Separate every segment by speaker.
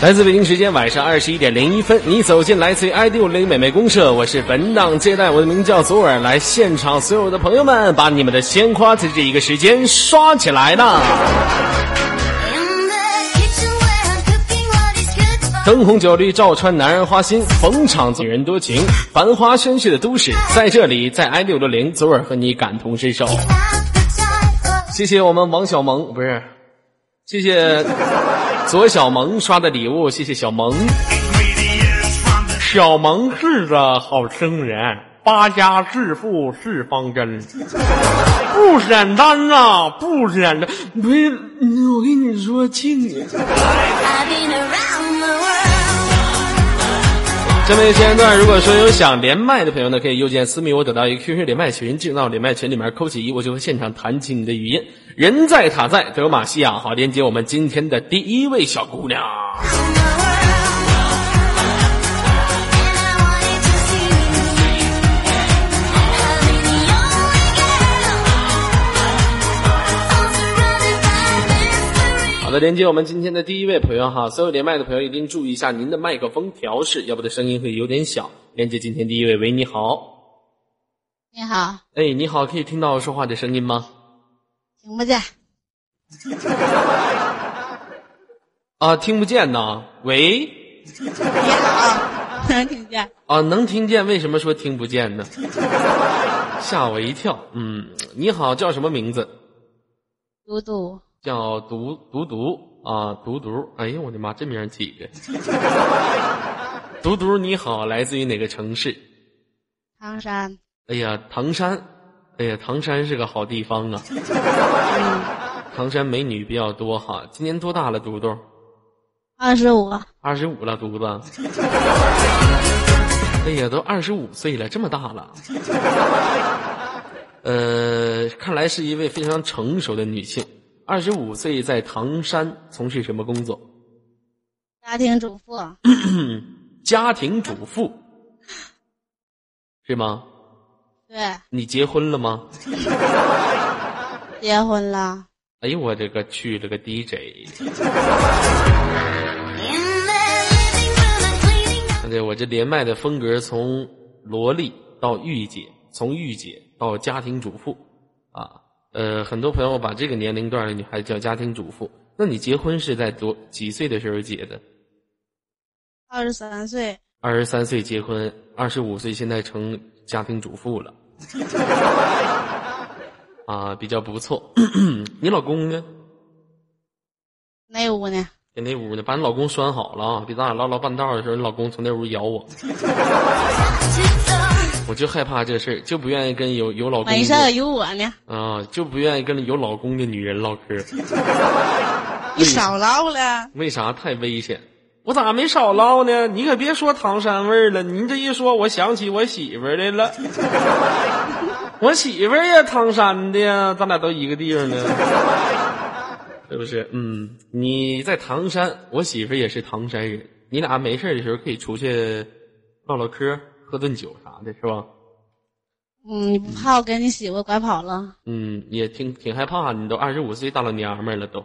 Speaker 1: 来自北京时间晚上二十一点零一分，你走进来自于 ID 五零美美公社，我是本档接待，我的名叫左耳。来现场所有的朋友们，把你们的鲜花在这一个时间刷起来呢！灯红酒绿照穿男人花心，逢场作女人多情。繁花盛世的都市，在这里，在 i 六六零，左耳和你感同身受。谢谢我们王小萌，不是，谢谢左小萌刷的礼物，谢谢小萌。
Speaker 2: 小萌是个好生人，八家致富是方针，不简单呐、不简单。
Speaker 1: 不是，我跟你说，静姐。这么一个时间段，如果说有想连麦的朋友呢，可以右键私密我，等到一个 QQ 连麦群，进入到连麦群里面扣起一，我就会现场弹起你的语音。人在塔在，德玛西亚，好，连接我们今天的第一位小姑娘。好的，连接我们今天的第一位朋友哈，所有连麦的朋友一定注意一下您的麦克风调试，要不的声音会有点小。连接今天第一位，喂，你好，
Speaker 3: 你好，
Speaker 1: 哎，你好，可以听到我说话的声音吗？
Speaker 3: 听不见，
Speaker 1: 啊，听不见呢，喂，
Speaker 3: 你好，能听见，
Speaker 1: 啊，能听见，为什么说听不见呢？吓我一跳，嗯，你好，叫什么名字？
Speaker 3: 嘟嘟，
Speaker 1: 叫独独独啊，独独。哎呀，我的妈，这名儿起的。独独你好，来自于哪个城市？
Speaker 3: 唐山，
Speaker 1: 哎呀，唐山。哎呀，唐山是个好地方啊。唐山美女比较多哈。今年多大了，独独？
Speaker 3: 二十五，
Speaker 1: 二十五了，独独。哎呀，都二十五岁了，这么大了。呃，看来是一位非常成熟的女性。二十五岁在唐山从事什么工作？
Speaker 3: 家庭主妇，
Speaker 1: 家庭主妇，是吗？
Speaker 3: 对，
Speaker 1: 你结婚了吗？
Speaker 3: 结婚了，
Speaker 1: 哎呦，我这个去了个 DJ！对，我这连麦的风格从萝莉到御姐，从御姐到家庭主妇，啊，呃，很多朋友把这个年龄段的女孩叫家庭主妇。那你结婚是在多几岁的时候结的？
Speaker 3: 二十三岁，
Speaker 1: 二十三岁结婚，二十五岁现在成家庭主妇了，啊，比较不错。 你老公呢？
Speaker 3: 那屋呢？
Speaker 1: 在那屋呢，把你老公拴好了啊！别咱俩唠唠半道的时候，你老公从那屋咬 我，我就害怕这事儿，就不愿意跟有有老公
Speaker 3: 没事儿
Speaker 1: 的
Speaker 3: 有我呢，
Speaker 1: 啊，就不愿意跟有老公的女人唠嗑，
Speaker 3: 你少唠了，
Speaker 1: 为啥？太危险。
Speaker 2: 我咋没少唠呢？你可别说唐山味儿了，您这一说，我想起我媳妇儿来了。我媳妇儿也唐山的呀，咱俩都一个地方的。
Speaker 1: 是不是？嗯，你在唐山，我媳妇儿也是唐山人，你俩没事儿的时候可以出去唠唠嗑，喝顿酒啥的，是吧？
Speaker 3: 嗯，你不怕我给你媳妇拐跑了？
Speaker 1: 嗯，也挺挺害怕，你都二十五岁大老娘们儿了都。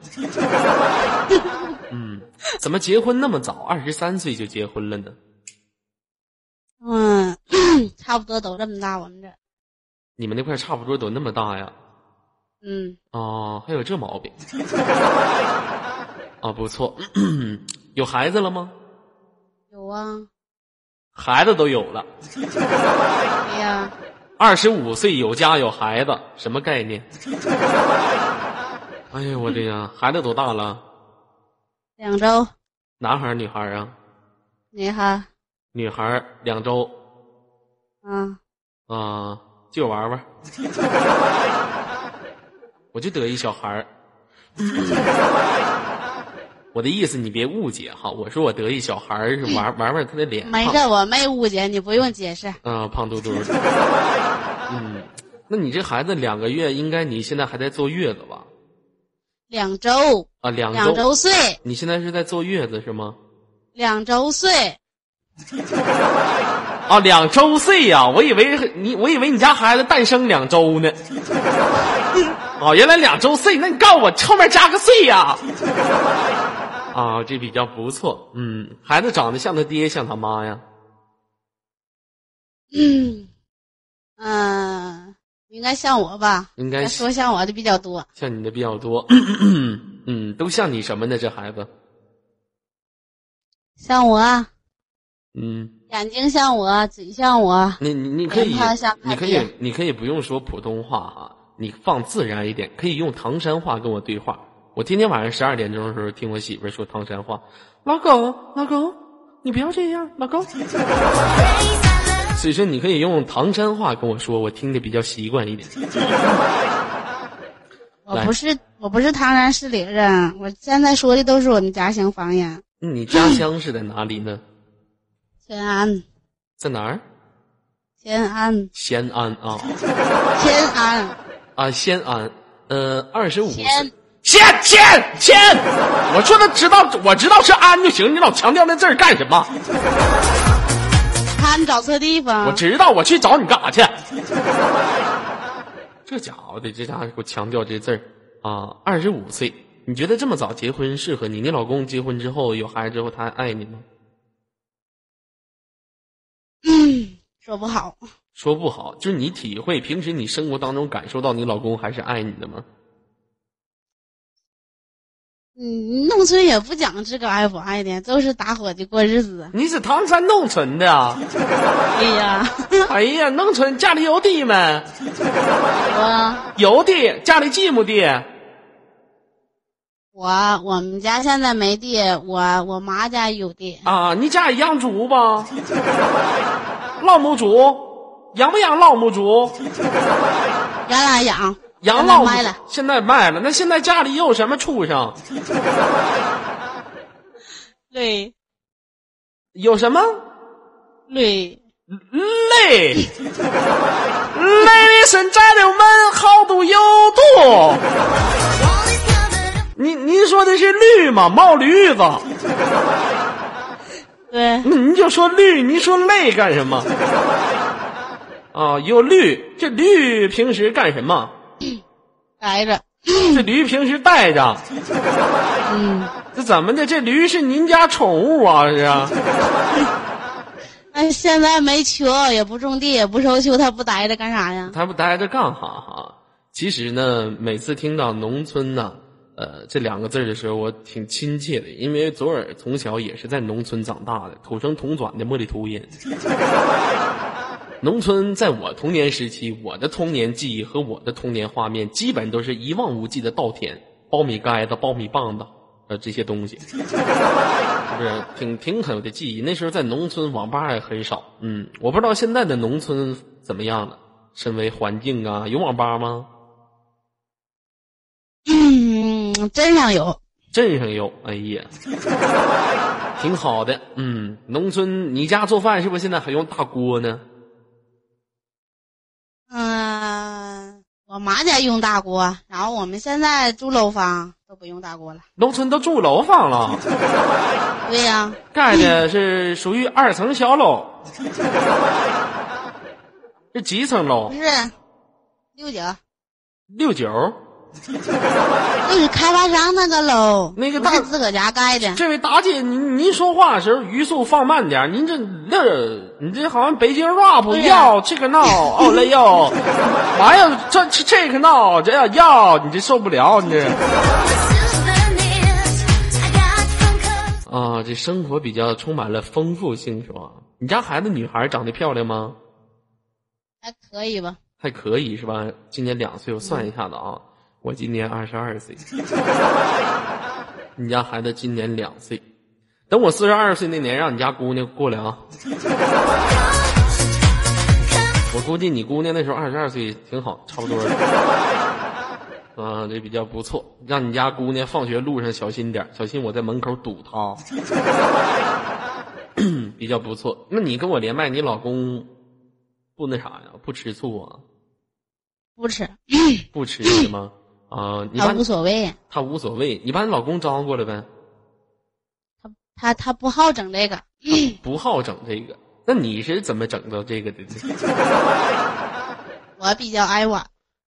Speaker 1: 嗯，怎么结婚那么早？二十三岁就结婚了呢？
Speaker 3: 嗯， 差不多都这么大，我们这，
Speaker 1: 你们那块儿差不多都那么大呀？
Speaker 3: 嗯，
Speaker 1: 哦，还有这毛病。啊，不错。 有孩子了吗？
Speaker 3: 有啊，
Speaker 1: 孩子都有了，
Speaker 3: 对哎呀，
Speaker 1: 二十五岁有家有孩子，什么概念？ 哎呀，我的呀，孩子多大了？
Speaker 3: 两周，
Speaker 1: 男孩儿女孩儿啊？
Speaker 3: 你哈，
Speaker 1: 女孩儿两周
Speaker 3: 嗯，
Speaker 1: 啊，借我玩玩， 我就得一小孩儿。我的意思你别误解哈，我说我得一小孩儿是玩玩玩他的脸，
Speaker 3: 没事儿，我没误解你，不用解释，
Speaker 1: 啊、胖嘟嘟的。嗯，那你这孩子两个月，应该你现在还在坐月子吧？
Speaker 3: 两周，
Speaker 1: 啊，两周。
Speaker 3: 两周岁，
Speaker 1: 你现在是在坐月子是吗？
Speaker 3: 两周岁，
Speaker 1: 啊，两周岁呀、我以为你，我以为你家孩子诞生两周呢。哦，原来两周岁，那你告诉我后面加个岁呀、啊？啊，这比较不错。嗯，孩子长得像他爹，像他妈呀？
Speaker 3: 嗯，嗯、应该像我吧？
Speaker 1: 应该
Speaker 3: 说像我的比较多。
Speaker 1: 像你的比较多。嗯，都像你什么呢？这孩子，
Speaker 3: 像我啊，
Speaker 1: 嗯，
Speaker 3: 眼睛像我，嘴像我，
Speaker 1: 你你你可以
Speaker 3: 像他像，他
Speaker 1: 你可
Speaker 3: 爹
Speaker 1: 以，你可以不用说普通话啊，你放自然一点，可以用唐山话跟我对话。我今天晚上十二点钟的时候听我媳妇儿说唐山话，老狗，老狗，你不要这样，老狗。所以说，你可以用唐山话跟我说，我听着比较习惯一点。
Speaker 3: 我
Speaker 1: 来
Speaker 3: 不是我不是唐山市里人，我现在说的都是我们家乡方言。
Speaker 1: 你家乡是在哪里呢？
Speaker 3: 天安，
Speaker 1: 在哪儿？
Speaker 3: 天安，
Speaker 1: 先安啊
Speaker 3: 天安，
Speaker 1: 啊，先安。呃，二十五岁。
Speaker 3: 天
Speaker 1: 先先先，我说的知道，我知道是安就行，你老强调那字儿干什么？
Speaker 3: 安找错地
Speaker 1: 我
Speaker 3: 方。
Speaker 1: 知道，我去找你干啥去？ 这家伙的，这家伙给我强调这字儿啊！二十五岁，你觉得这么早结婚适合你？你老公结婚之后有孩子之后，他还爱你吗？
Speaker 3: 嗯，说不好，
Speaker 1: 说不好，就是你体会，平时你生活当中感受到你老公还是爱你的吗？
Speaker 3: 嗯，农村也不讲这个爱不爱的，都是打伙计过日子。
Speaker 1: 你是唐山弄村的啊？
Speaker 3: 哎呀，
Speaker 1: 哎呀，弄村家里有地没？
Speaker 3: 我
Speaker 1: 有地，家里寂寞地。
Speaker 3: 我我们家现在没地，我我妈家有地，
Speaker 1: 啊，你家也养猪吧？老母猪，养不养老母猪？
Speaker 3: 原来养，
Speaker 1: 养
Speaker 3: 现在
Speaker 1: 老母
Speaker 3: 卖了，
Speaker 1: 现在卖了。那现在家里有什么畜生？
Speaker 3: 累
Speaker 1: 有什么
Speaker 3: 累。
Speaker 1: 累？Ladies and gentlemen, how do you do？您您说的是绿吗？毛驴子，
Speaker 3: 对，
Speaker 1: 那您就说绿，您说累干什么？啊，有驴，这驴平时干什么？
Speaker 3: 挨着，
Speaker 1: 这驴平时带着。
Speaker 3: 嗯，
Speaker 1: 这怎么的？这驴是您家宠物啊？是啊，
Speaker 3: 那哎现在没球，也不种地，也不收秋，它不待着干啥呀？
Speaker 1: 它不待着干哈哈？其实呢，每次听到农村呢、呃，这两个字儿的时候，我挺亲切的，因为左耳从小也是在农村长大的，土生土长的茉莉图人。农村在我童年时期，我的童年记忆和我的童年画面，基本都是一望无际的稻田、苞米杆子、苞米棒子，呃，这些东西。不是挺挺很有的记忆。那时候在农村网吧也很少，嗯，我不知道现在的农村怎么样了。身为环境啊，有网吧吗？
Speaker 3: 嗯，镇上有，
Speaker 1: 镇上有，哎 呀，挺好的，嗯，农村你家做饭是不是现在还用大锅呢？
Speaker 3: 嗯、我妈家用大锅，然后我们现在住楼房都不用大锅了。
Speaker 1: 农村都住楼房 了，
Speaker 3: 对呀、
Speaker 1: 盖的是属于二层小楼， 是几层楼
Speaker 3: 不？是六九，
Speaker 1: 六九。
Speaker 3: 就是开发商那个楼，
Speaker 1: 那个
Speaker 3: 不
Speaker 1: 大
Speaker 3: 是自个儿家盖的。
Speaker 1: 这位大姐，您您说话的时候语速放慢点儿，您这那你这好像北京 rap
Speaker 3: 对呀
Speaker 1: 要这 个闹，哦嘞哟，妈呀，这这这个闹，这要要你这受不了，你这啊，这生活比较充满了丰富性，是吧？你家孩子女孩长得漂亮吗？
Speaker 3: 还可以吧？
Speaker 1: 还可以是吧？今年两岁，我算一下子啊，我今年二十二岁， 你家孩子今年两岁，等我四十二岁那年，让你家姑娘过来啊。我估计你姑娘那时候二十二岁，挺好，差不多了。啊，这比较不错。让你家姑娘放学路上小心点儿，小心我在门口堵她。 比较不错。那你跟我连麦，你老公不那啥呀？不吃醋啊？
Speaker 3: 不吃啊，
Speaker 1: 不吃是吗？啊、你把
Speaker 3: 嗯无所谓。
Speaker 1: 他无所谓，你把你老公招过来呗，
Speaker 3: 他他不好整这个，
Speaker 1: 不好整这个。那你是怎么整到这个的？
Speaker 3: 我比较爱玩，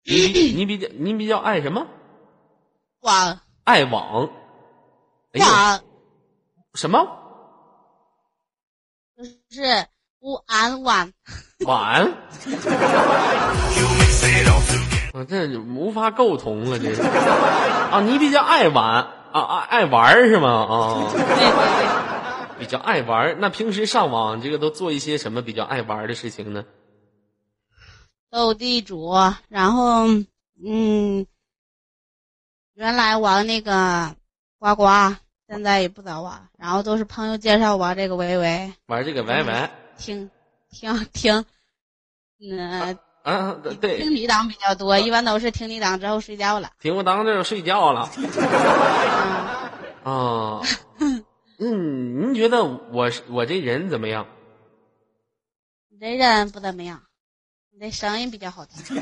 Speaker 1: 你比你比较你比较爱什么？
Speaker 3: 玩
Speaker 1: 爱网。哎呦，
Speaker 3: 玩
Speaker 1: 什么
Speaker 3: 就是不安晚。
Speaker 1: 碗？我啊这无法沟通了，这是啊，你比较爱玩啊，爱爱玩儿是吗？啊，
Speaker 3: 对对对，
Speaker 1: 比较爱玩儿。那平时上网这个都做一些什么比较爱玩儿的事情呢？
Speaker 3: 斗地主，然后嗯，原来玩那个呱呱，现在也不咋玩，然后都是朋友介绍玩这个维维，
Speaker 1: 玩这个玩玩
Speaker 3: 听听听，嗯、
Speaker 1: 啊，对
Speaker 3: 听，离党比较多，一般都是听离党之后睡觉了。
Speaker 1: 听我当这睡觉了
Speaker 3: 嗯，
Speaker 1: 啊。嗯，您觉得我是我这人怎么样？
Speaker 3: 你这人不怎么样，你这声音比较好听。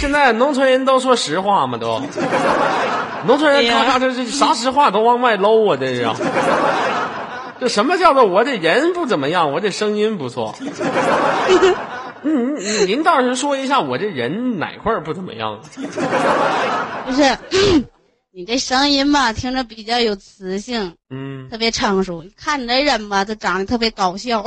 Speaker 1: 现在农村人都说实话嘛，都。农村人咔咔这这啥实话都往外搂啊，这是。这什么叫做我这人不怎么样，我这声音不错？嗯，您您倒是说一下我这人哪块儿不怎么样？
Speaker 3: 不是， 你这声音吧，听着比较有磁性，
Speaker 1: 嗯，
Speaker 3: 特别成熟。你看你这人吧，就长得特别搞笑。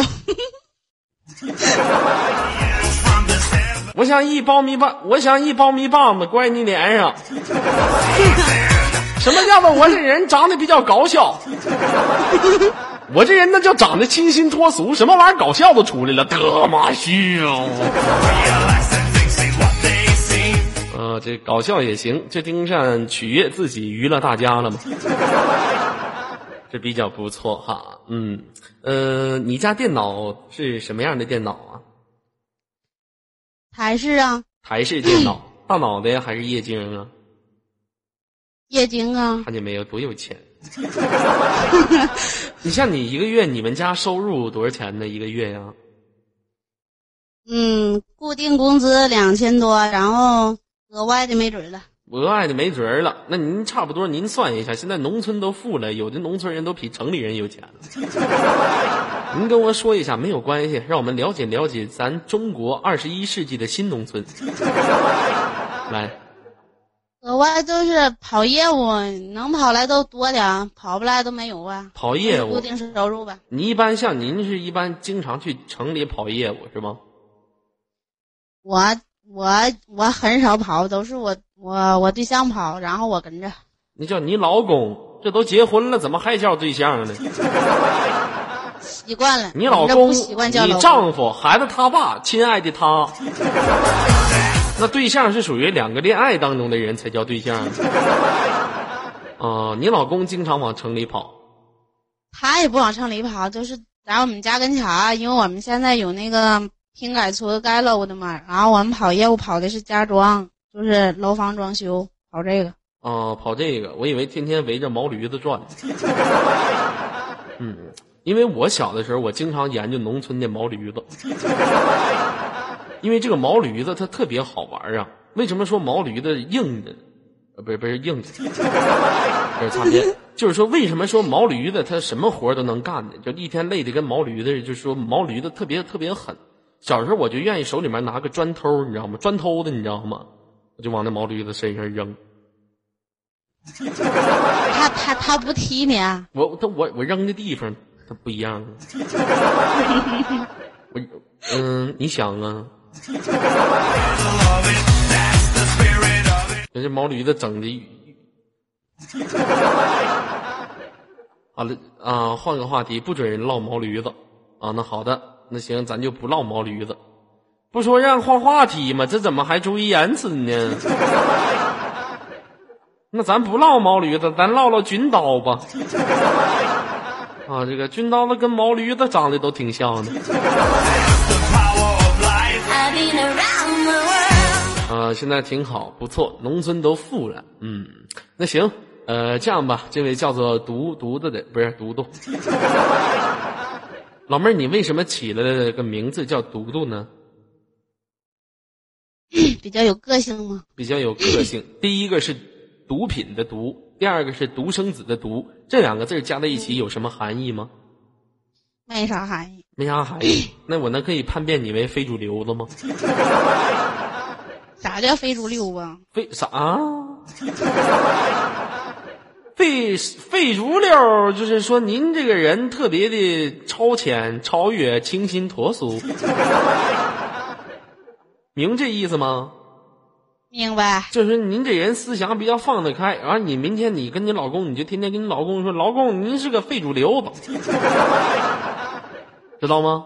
Speaker 1: 我想一苞米棒，我想一苞米棒子怪你脸上。什么叫做我这人长得比较搞笑？我这人那叫长得清新脱俗，什么玩意儿搞笑都出来了，德玛西哦。呃，这搞笑也行，这丁善取悦自己，娱乐大家了嘛，这比较不错哈。嗯，呃，你家电脑是什么样的电脑啊？
Speaker 3: 还是啊，
Speaker 1: 台式电脑，大脑袋还是液晶啊？
Speaker 3: 液晶啊，
Speaker 1: 看见没有，多有钱！你像你一个月，你们家收入多少钱呢？一个月呀、
Speaker 3: 嗯，固定工资两千多，然后额外的没准儿了。
Speaker 1: 额外的没准儿了。那您差不多，您算一下，现在农村都富了，有的农村人都比城里人有钱了。您跟我说一下，没有关系，让我们了解了解咱中国二十一世纪的新农村。来，
Speaker 3: 额外就是跑业务，能跑来都多点儿，跑不来都没有啊。
Speaker 1: 跑业
Speaker 3: 固
Speaker 1: 务，
Speaker 3: 定收入吧。
Speaker 1: 你一般像您是一般经常去城里跑业务是吗？
Speaker 3: 我我我很少跑，都是我我我对象跑，然后我跟着。
Speaker 1: 那叫你老公，这都结婚了，怎么还叫对象呢？
Speaker 3: 习惯了。
Speaker 1: 你老
Speaker 3: 这
Speaker 1: 公、
Speaker 3: 不习惯叫
Speaker 1: 你
Speaker 3: 老公。
Speaker 1: 丈夫、孩子他爸、亲爱的 他，那对象是属于两个恋爱当中的人才叫对象。啊、你老公经常往城里跑，
Speaker 3: 他也不往城里跑，就是在我们家跟前儿，因为我们现在有那个拼改村盖楼的嘛，然后我们跑业务跑的是家装，就是楼房装修，跑这个。
Speaker 1: 啊、跑这个，我以为天天围着毛驴子转。 嗯，因为我小的时候，我经常研究农村的毛驴子，因为这个毛驴子它特别好玩啊。为什么说毛驴子硬的？呃，不是不是硬的，不是差别，就是说为什么说毛驴子它什么活儿都能干呢？就一天累的跟毛驴子似的，就是说毛驴子特别特别狠。小时候我就愿意手里面拿个砖头，你知道吗？砖头的你知道吗？我就往那毛驴子身上扔。
Speaker 3: 他他他不踢你啊？
Speaker 1: 我他我我扔的地方它不一样啊。啊我嗯，你想啊，人家毛驴子整的。好了啊，换个话题，不准人唠毛驴子啊。那好的，那行，咱就不唠毛驴子。不说让换话题吗？这怎么还注意言辞呢？ 那咱不唠毛驴子，咱唠唠军刀吧。 啊，这个军刀子跟毛驴子长得都挺像的。啊，现在挺好，不错，农村都富了。嗯，那行，呃，这样吧，这位叫做独独子的，不是独独。老妹儿，你为什么起了个名字叫独独呢？
Speaker 3: 比较有个性吗？
Speaker 1: 比较有个性。第一个是毒品的毒，第二个是独生子的独，这两个字儿加在一起有什么含义吗？
Speaker 3: 没啥含义。
Speaker 1: 没啥含义。那我能可以叛变你为非主流子吗？
Speaker 3: 啥叫非主流啊？
Speaker 1: 非啥？费费如溜，就是说您这个人特别的超前、超越、清新脱俗，明这意思吗？
Speaker 4: 明白。
Speaker 1: 就是您这人思想比较放得开，然后你明天你跟你老公，你就天天跟你老公说，老公您是个废主流子， 知道吗？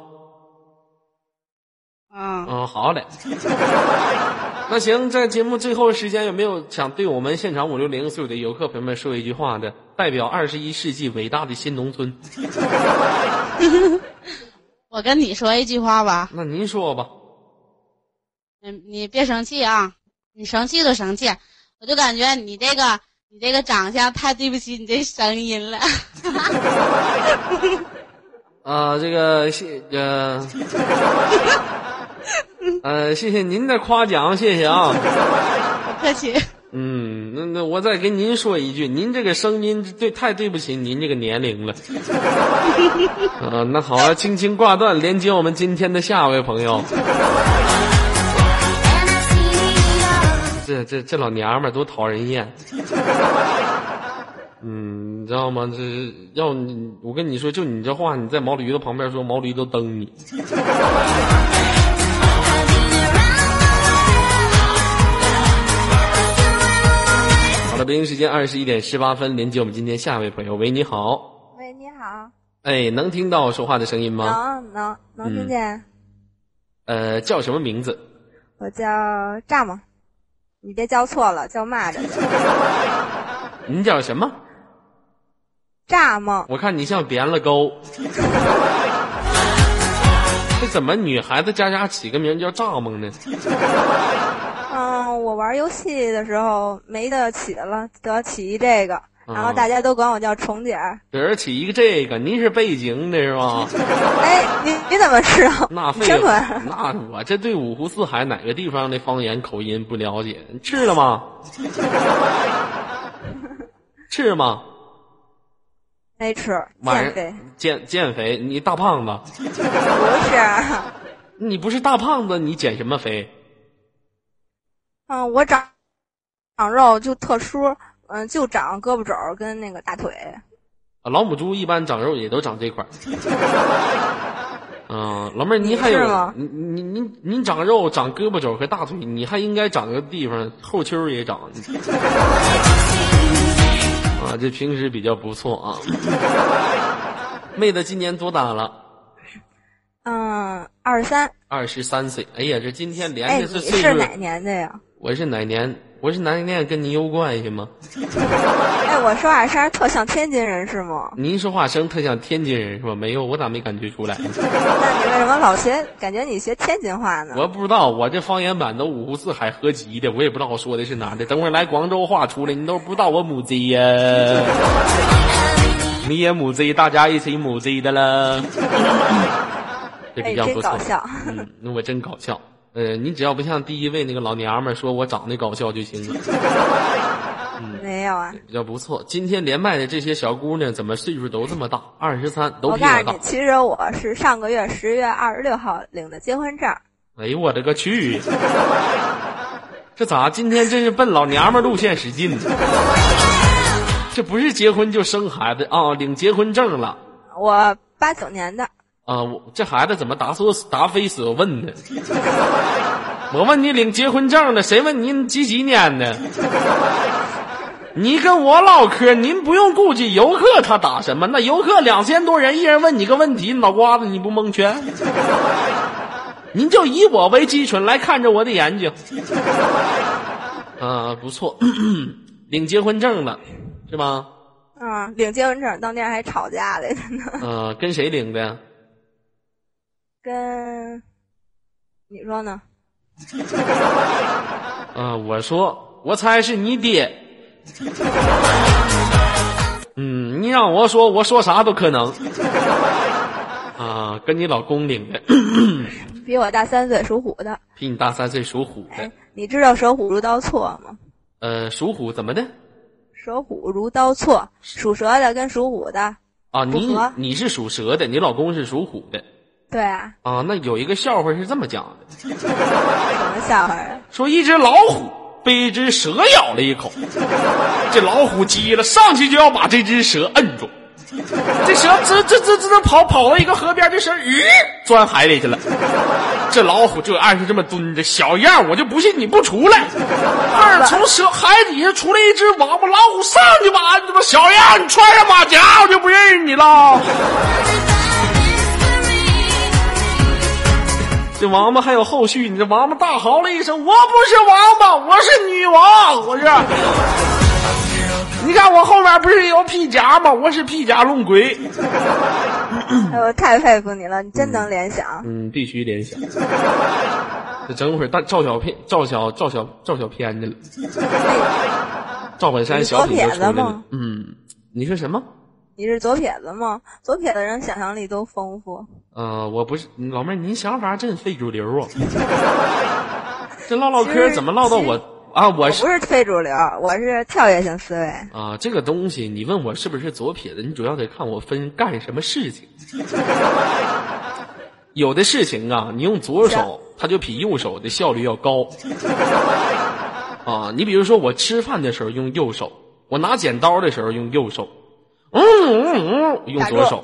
Speaker 4: 嗯，
Speaker 1: 嗯，好嘞。 那行，在节目最后时间，有没有想对我们现场五六零所有的游客朋友们说一句话的？代表二十一世纪伟大的新农村，
Speaker 4: 我跟你说一句话吧，
Speaker 1: 那您说吧。
Speaker 4: 嗯，你别生气啊，你生气就生气，我就感觉你这个你这个长相太对不起你这声音 了。
Speaker 1: 啊、这个谢呃， 呃，谢谢您的夸奖，谢谢啊。
Speaker 4: 不客气，
Speaker 1: 嗯，那那我再跟您说一句，您这个声音对太对不起您这个年龄了。啊、那好啊，轻轻挂断，连接我们今天的下位朋友。这这这老娘们儿多讨人厌。 嗯，你知道吗？这是要你，我跟你说，就你这话，你在毛驴子旁边说，毛驴都蹬你。好了，北京时间二十一点十八分，连接我们今天下一位朋友。喂，你好，
Speaker 5: 喂，你好，
Speaker 1: 哎，能听到我说话的声音吗？
Speaker 5: 能能
Speaker 1: 嗯
Speaker 5: 能听见？
Speaker 1: 呃，叫什么名字？
Speaker 5: 我叫蚱蜢，你别叫错了，叫蚂蚱去。
Speaker 1: 你叫什么？
Speaker 5: 蚱蜢，
Speaker 1: 我看你像扁了沟。 这怎么女孩子家家起个名叫蚱蜢呢？
Speaker 5: 嗯，我玩游戏的时候没得起了，得起一这个，然
Speaker 1: 啊
Speaker 5: 后大家都管我叫虫姐儿。
Speaker 1: 给人起一个这个，您是北京的是吧？
Speaker 5: 哎，你你怎么知道？
Speaker 1: 那废
Speaker 5: 真
Speaker 1: 了
Speaker 5: 的，
Speaker 1: 那我这对五湖四海哪个地方的方言口音不了解？吃了吗？吃了吗？
Speaker 5: 没吃，
Speaker 1: 晚
Speaker 5: 减
Speaker 1: 上
Speaker 5: 肥
Speaker 1: 减减肥，你大胖子，
Speaker 5: 不是。啊
Speaker 1: 你不是大胖子，你减什么肥？
Speaker 5: 嗯，我长长肉就特殊，嗯，就长胳膊肘儿跟那个大腿。
Speaker 1: 啊，老母猪一般长肉也都长这块儿。嗯，老妹儿，您还
Speaker 5: 是
Speaker 1: 有
Speaker 5: 吗
Speaker 1: 您您您您长肉长胳膊肘和大腿，你还应该长个地方后丘儿也长。 啊，这平时比较不错啊。妹子今年多大了？
Speaker 5: 嗯，二十三。
Speaker 1: 二十三岁。哎呀，这今天
Speaker 5: 哎，
Speaker 1: 连
Speaker 5: 你
Speaker 1: 着这岁
Speaker 5: 是
Speaker 1: 数，
Speaker 5: 哪年的呀？
Speaker 1: 我是哪年？我是哪年跟您有关系吗？
Speaker 5: 哎，我说话声儿特像天津人是吗？
Speaker 1: 您说话声特像天津人是吧？没有，我咋没感觉出来？
Speaker 5: 那你为什么老学？感觉你学天津话呢？
Speaker 1: 我不知道，我这方言版都五湖四海合集的，我也不知道我说的是哪的。等会儿来广州话出来，你都不知道我母鸡 呀、你也母鸡，大家一起母鸡的了，这
Speaker 5: 哎，
Speaker 1: 比较
Speaker 5: 真
Speaker 1: 不错
Speaker 5: 搞。笑。
Speaker 1: 嗯，那我真搞笑。呃，你只要不像第一位那个老娘们儿说我长得搞笑就行了，
Speaker 5: 没有啊，
Speaker 1: 比较不错。今天连麦的这些小姑娘，怎么岁数都这么大？二十三，都
Speaker 5: 我
Speaker 1: 比我
Speaker 5: 告诉
Speaker 1: 大
Speaker 5: 你，。其实我是上个月十月二十六号领的结婚证儿。
Speaker 1: 哎呦我的个去！这咋今天真是奔老娘们儿路线使劲呢？这不是结婚就生孩子啊、领结婚证了
Speaker 5: 我八九年的，
Speaker 1: 啊、我这孩子怎么答说答非所问呢？ 我问你领结婚证了，谁问您几几年的？你跟我唠嗑，您不用顾忌游客他打什么，那游客两千多人，一人问你个问题，脑瓜子你不蒙圈？您就以我为基准来看着我的眼睛。啊，不错， 领结婚证了，是吧？
Speaker 5: 嗯，领结婚证儿当天还吵架来着呢，
Speaker 1: 呃，跟谁领的呀？
Speaker 5: 跟你说呢？
Speaker 1: 啊，我说，我猜是你爹。 嗯，你让我说，我说啥都可能。啊，跟你老公领的，
Speaker 5: 比我大三岁，属虎的。
Speaker 1: 比你大三岁，属虎的
Speaker 5: 哎。，你知道“蛇虎如刀错”吗？
Speaker 1: 呃，属虎怎么的？
Speaker 5: 蛇虎如刀错，属蛇的跟属虎的，
Speaker 1: 啊，你
Speaker 5: 不合
Speaker 1: 你是属蛇的，你老公是属虎的。
Speaker 5: 对啊，
Speaker 1: 啊，那有一个笑话是这么讲的，
Speaker 5: 什么笑话啊？
Speaker 1: 说一只老虎被一只蛇咬了一口，这老虎急了，上去就要把这只蛇摁住。这蛇这这这这能跑跑到一个河边，这蛇鱼钻海里去了。这老虎就暗是这么蹲着，小样我就不信你不出来。二从蛇海底下出来一只王八，老虎上去吧，你他妈小样你穿上马甲我就不认识你了。这王八还有后续，你这王八大嚎了一声：“我不是王八，我是女王，我是。”你看我后面不是有屁夹吗？我是屁夹龙龟。
Speaker 5: 哎呦，太佩服你了，你真能联想。
Speaker 1: 嗯，必须联想。这整会儿大赵小片、赵小、赵小、赵小偏去了。赵本山小品就出来
Speaker 5: 你左撇子
Speaker 1: 了
Speaker 5: 吗。
Speaker 1: 嗯，你说什么？
Speaker 5: 你是左撇子吗？左撇子人想象力都丰富。
Speaker 1: 呃，我不是老妹儿，您想法真非主流啊！这唠唠
Speaker 5: 其
Speaker 1: 嗑
Speaker 5: 实
Speaker 1: 怎么唠到
Speaker 5: 其
Speaker 1: 我
Speaker 5: 实
Speaker 1: 啊？我
Speaker 5: 我
Speaker 1: 是
Speaker 5: 不是非主流，我是跳跃性思维。
Speaker 1: 啊，这个东西你问我是不是左撇子，你主要得看我分干什么事情。有的事情啊，你用左手，它就比右手的效率要高。啊，你比如说我吃饭的时候用右手，我拿剪刀的时候用右手，嗯嗯嗯，用左手。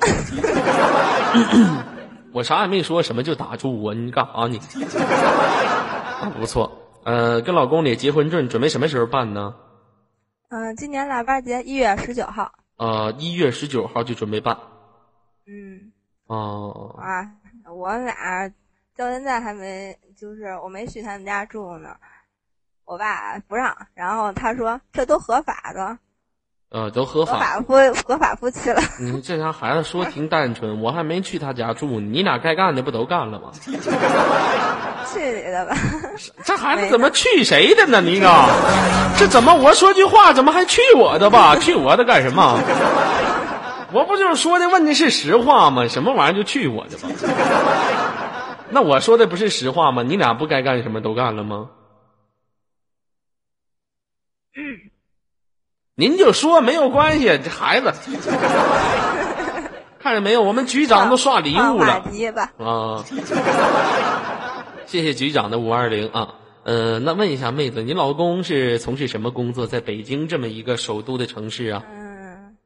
Speaker 1: 我啥也没说，什么就打住我？你干啥你？ 啊，不错。呃，跟老公领结婚证准备什么时候办呢？
Speaker 5: 嗯、今年腊八节一月十九号。
Speaker 1: 呃，一月十九号就准备办。
Speaker 5: 嗯
Speaker 1: 哦、
Speaker 5: 啊，我俩到现在还没，就是我没去他们家住呢。我爸不让，然后他说这都合法的，
Speaker 1: 呃，都合
Speaker 5: 合
Speaker 1: 法。
Speaker 5: 法夫合法夫妻了。
Speaker 1: 你这家孩子说挺单纯，我还没去他家住，你俩该干的不都干了吗？
Speaker 5: 去你的 吧！
Speaker 1: 这孩子怎么去谁的呢？你个，这怎么我说句话，怎么还去我的吧？去我的干什么？ 我不就是说的问的是实话吗？什么玩意儿就去我的吧？ 那我说的不是实话吗？你俩不该干什么都干了吗？您就说没有关系，这孩子， 看见没有？我们局长都刷礼
Speaker 5: 换
Speaker 1: 物
Speaker 5: 话
Speaker 1: 了。
Speaker 5: 题吧，
Speaker 1: 啊， 谢谢局长的五二零啊。呃，那问一下妹子，你老公是从事什么工作？在北京这么一个首都的城市啊？
Speaker 5: 嗯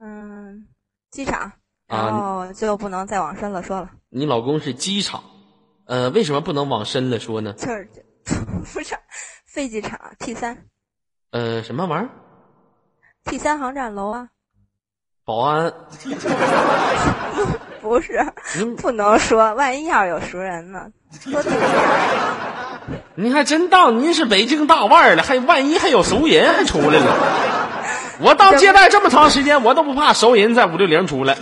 Speaker 5: 嗯，机场，
Speaker 1: 啊
Speaker 5: 然后就不能再往深了说了，
Speaker 1: 你老公是机场，呃，为什么不能往深了说呢？
Speaker 5: 就是 这不是飞机场啊 T 三
Speaker 1: 呃，什么玩意儿？
Speaker 5: T 三航站楼啊，
Speaker 1: 保安？
Speaker 5: 不是
Speaker 1: 您
Speaker 5: 不能说，万一要是有熟人呢，多丢面儿。
Speaker 1: 您还真当您是北京大腕儿了，还万一还有熟人还出来了？我当接待这么长时间，我都不怕熟人在五六零 出来，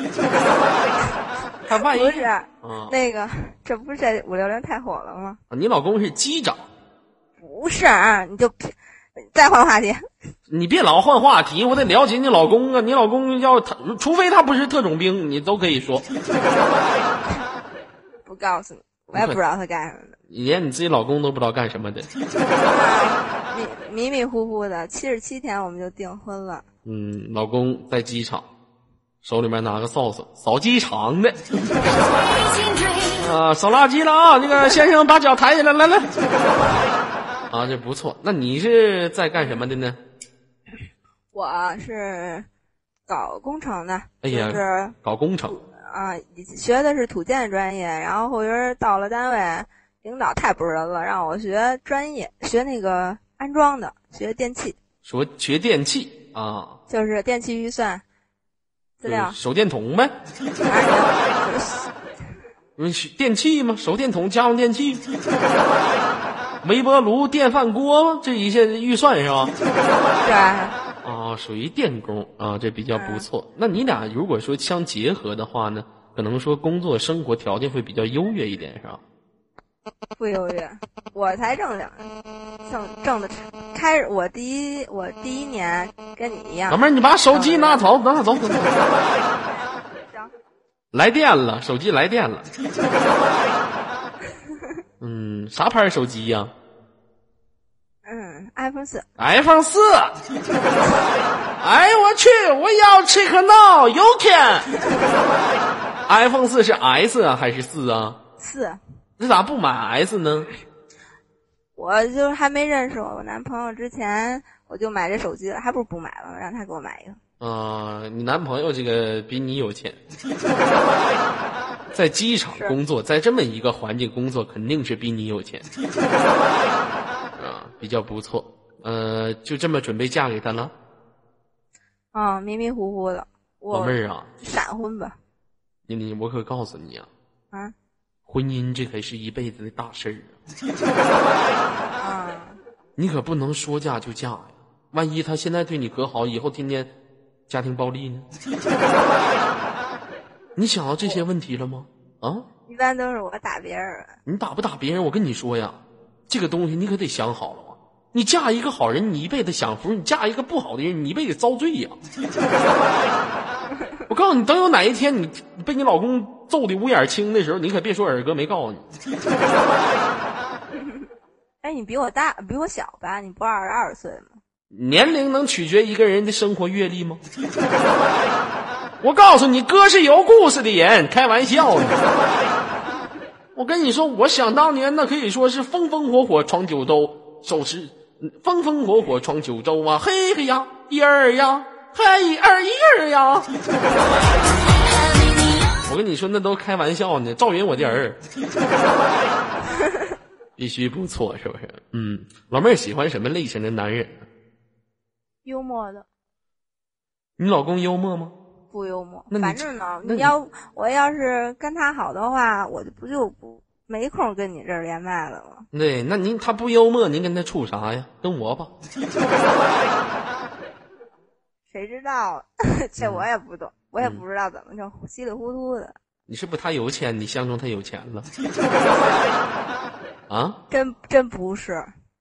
Speaker 1: 还万一
Speaker 5: 不是
Speaker 1: 啊？
Speaker 5: 那个，这不是这五六零太火了吗？
Speaker 1: 你老公是机长，
Speaker 5: 不是啊，你就别再换话题。
Speaker 1: 你别老换话题，我得了解你老公啊。你老公要他，除非他不是特种兵，你都可以说。
Speaker 5: 不告诉你，我也不知道他干什么的，
Speaker 1: 你连你自己老公都不知道干什么的。
Speaker 5: 迷迷迷糊糊的。七十七天我们就订婚了，
Speaker 1: 嗯，老公在机场，手里面拿个扫帚，扫机场的。啊，扫垃圾了啊！那个先生把脚抬起来，来来。啊，这不错。那你是在干什么的呢？
Speaker 5: 我是搞工程的，
Speaker 1: 哎呀
Speaker 5: 就是
Speaker 1: 搞工程。
Speaker 5: 啊、学的是土建专业，然后后边到了单位，领导太不是人了，让我学专业，学那个安装的，学电气，
Speaker 1: 说学电器啊，
Speaker 5: 就是电气预算资料
Speaker 1: 就是。手电筒呗，
Speaker 5: 哎呀
Speaker 1: 嗯，学电器嘛，手电筒、家用电 器、微波炉、电饭锅，这一些预算是吧？
Speaker 5: 对，
Speaker 1: 啊，属于电工啊，这比较不错。那你俩如果说相结合的话呢，可能说工作生活条件会比较优越一点，是吧？
Speaker 5: 不优越，我才挣两，挣挣的开始，我第一我第一年跟你一样
Speaker 1: 老，妹儿，你把手机拿走，拿走，走走。嗯
Speaker 5: 行
Speaker 1: 来电了，手机来电 了。嗯，啥牌儿手机呀、
Speaker 5: 嗯，iPhone 四。
Speaker 1: iPhone 四。哎，我去，我要 check now, you can。iPhone 四是 S 啊还是四啊？
Speaker 5: 四，
Speaker 1: 这咋不买 S 呢？
Speaker 5: 我就是还没认识我男朋友之前，我就买这手机了，还不如不买了，让他给我买一个。
Speaker 1: 啊、你男朋友这个比你有钱，在机场工作，在这么一个环境工作，肯定是比你有钱，啊，比较不错。呃，就这么准备嫁给他了，
Speaker 5: 嗯，迷迷糊糊的，
Speaker 1: 老
Speaker 5: 我
Speaker 1: 妹儿啊，
Speaker 5: 闪婚吧，
Speaker 1: 你你我可告诉你啊，
Speaker 5: 啊
Speaker 1: 婚姻这可是一辈子的大事儿啊，
Speaker 5: 啊，
Speaker 1: 你可不能说嫁就嫁呀、万一他现在对你可好，以后天天家庭暴力呢？ 你想到这些问题了吗？啊？
Speaker 5: 一般都是我打别人的，
Speaker 1: 你打不打别人？我跟你说呀，这个东西你可得想好了啊！你嫁一个好人，你一辈子享福；你嫁一个不好的人，你一辈子遭罪呀！ 我告诉你，等有哪一天你你被你老公揍的五眼青的时候，你可别说尔哥没告诉你。
Speaker 5: 哎，你比我大，比我小吧？你不二十二岁吗？
Speaker 1: 年龄能取决一个人的生活阅历吗？ 我告诉你，哥是有故事的人，开玩笑呢。我跟你说，我想当年那可以说是风风火火闯九州，手持风风火火闯九州啊，嘿嘿呀，一二呀，嘿二一二呀。 我跟你说，那都开玩笑呢。赵云，我的儿，必须不错，是不是？嗯，老妹儿喜欢什么类型的男人？
Speaker 5: 幽默的
Speaker 1: 你老公幽默吗？
Speaker 5: 不幽默
Speaker 1: 那，你
Speaker 5: 反正呢，
Speaker 1: 那
Speaker 5: 你
Speaker 1: 你
Speaker 5: 要我要是跟他好的话，我就不就不没空跟你这儿连麦了吗？
Speaker 1: 对，那您他不幽默，您跟他处啥呀？跟我吧，
Speaker 5: 谁知道？啊 这
Speaker 1: 嗯
Speaker 5: 我也不懂，我也不知道怎么就稀里糊涂的，
Speaker 1: 你是不是他有钱？你相中他有钱 了？啊，
Speaker 5: 真真不是，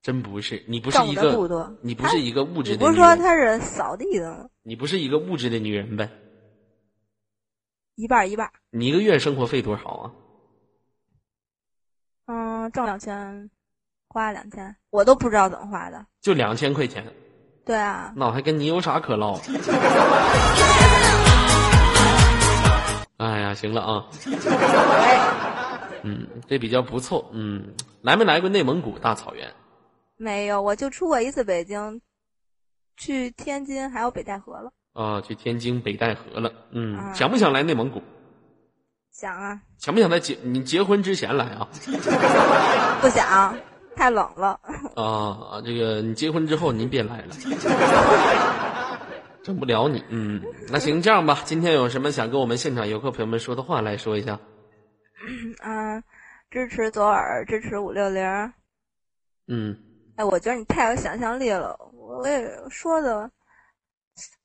Speaker 1: 真不是，你不是
Speaker 5: 挣
Speaker 1: 一
Speaker 5: 的不
Speaker 1: 个，
Speaker 5: 多。
Speaker 1: 你不是一个物质
Speaker 5: 你
Speaker 1: 的
Speaker 5: 不是
Speaker 1: 女
Speaker 5: 说
Speaker 1: 人，
Speaker 5: 他是扫地的吗？
Speaker 1: 你不是一个物质的女人呗？
Speaker 5: 一半儿一半儿，
Speaker 1: 你一个月生活费多少啊？
Speaker 5: 嗯，挣两千，花两千，我都不知道怎么花的。
Speaker 1: 就两千块钱，
Speaker 5: 对啊，
Speaker 1: 那我还跟你有啥可唠啊 的？哎呀，行了啊，
Speaker 5: 哎
Speaker 1: 嗯，这比较不错，嗯，来没来过内蒙古大草原？
Speaker 5: 没有，我就出过一次北京，去天津还有北戴河了。
Speaker 1: 啊，去天津北戴河了。嗯，
Speaker 5: 啊
Speaker 1: 想不想来内蒙古？
Speaker 5: 想啊，
Speaker 1: 想不想在结你结婚之前来啊？
Speaker 5: 啊不想，太冷了。嗯
Speaker 1: 啊，这个你结婚之后您别来了，整不了你。嗯，那行这样吧，今天有什么想跟我们现场游客朋友们说的话来说一下？
Speaker 5: 嗯，支持左耳，支持五六零。
Speaker 1: 嗯，
Speaker 5: 哎，我觉得你太有想象力了，我我也说的，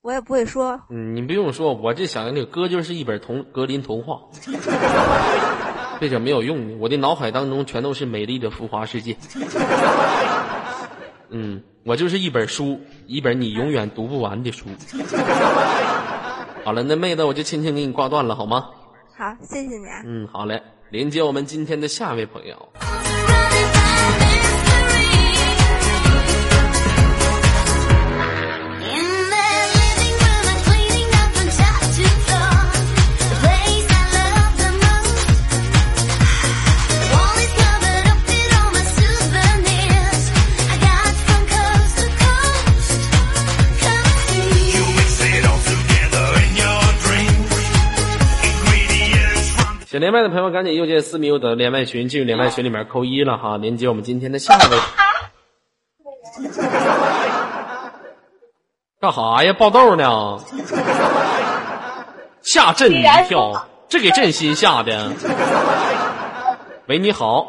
Speaker 5: 我也不会说。
Speaker 1: 嗯你不用说，我这想象力哥就是一本童格林童话，这点没有用的。我的脑海当中全都是美丽的浮华世界。嗯，我就是一本书，一本你永远读不完的书。好了，那妹子，我就轻轻给你挂断了，好吗？
Speaker 5: 好，谢谢你啊。
Speaker 1: 嗯，好嘞，连接我们今天的下一位朋友。想连麦的朋友，赶紧右键私密，我等连麦群，进入连麦群里面扣一了哈，连接我们今天的下一位。干哈呀？爆豆呢？吓朕一跳，这给朕心吓的。喂，你好，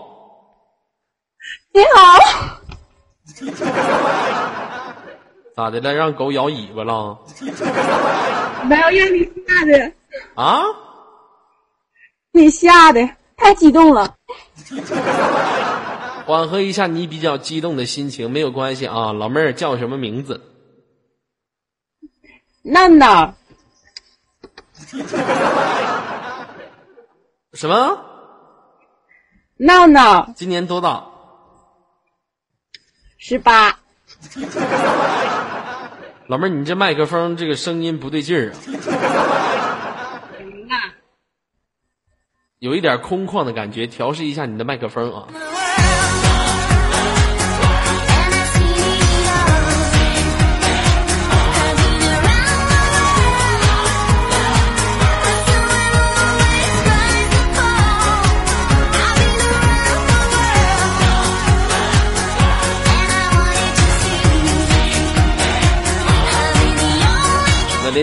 Speaker 6: 你好，
Speaker 1: 咋的了？让狗咬尾巴了？
Speaker 6: 没有让你吓的，
Speaker 1: 啊？
Speaker 6: 你吓的太激动了。
Speaker 1: 缓和一下你比较激动的心情，没有关系啊。老妹儿叫什么名字？
Speaker 6: 难道
Speaker 1: 什么？
Speaker 6: 闹闹
Speaker 1: 今年多大？
Speaker 6: 十八，
Speaker 1: 老妹儿，你这麦克风这个声音不对劲儿啊，
Speaker 6: 嗯
Speaker 1: 有一点空旷的感觉，调试一下你的麦克风啊。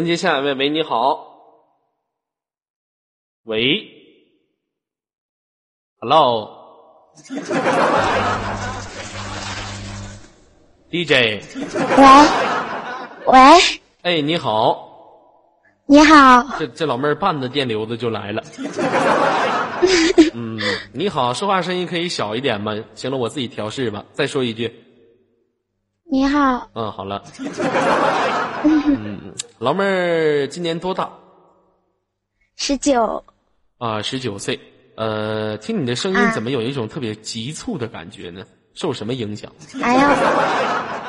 Speaker 1: 接下一位，喂，你好，喂，Hello，DJ，
Speaker 7: 喂，喂，
Speaker 1: 哎，你好，
Speaker 7: 你好，
Speaker 1: 这这老妹儿半子电流子就来了。嗯，你好，说话声音可以小一点吗？行了，我自己调试吧。再说一句，
Speaker 7: 你好，
Speaker 1: 嗯，好了。嗯，老妹儿今年多大？
Speaker 7: 十九，
Speaker 1: 啊，十九岁。呃，听你的声音
Speaker 7: 啊
Speaker 1: 怎么有一种特别急促的感觉呢？受什么影响？
Speaker 7: 哎呀，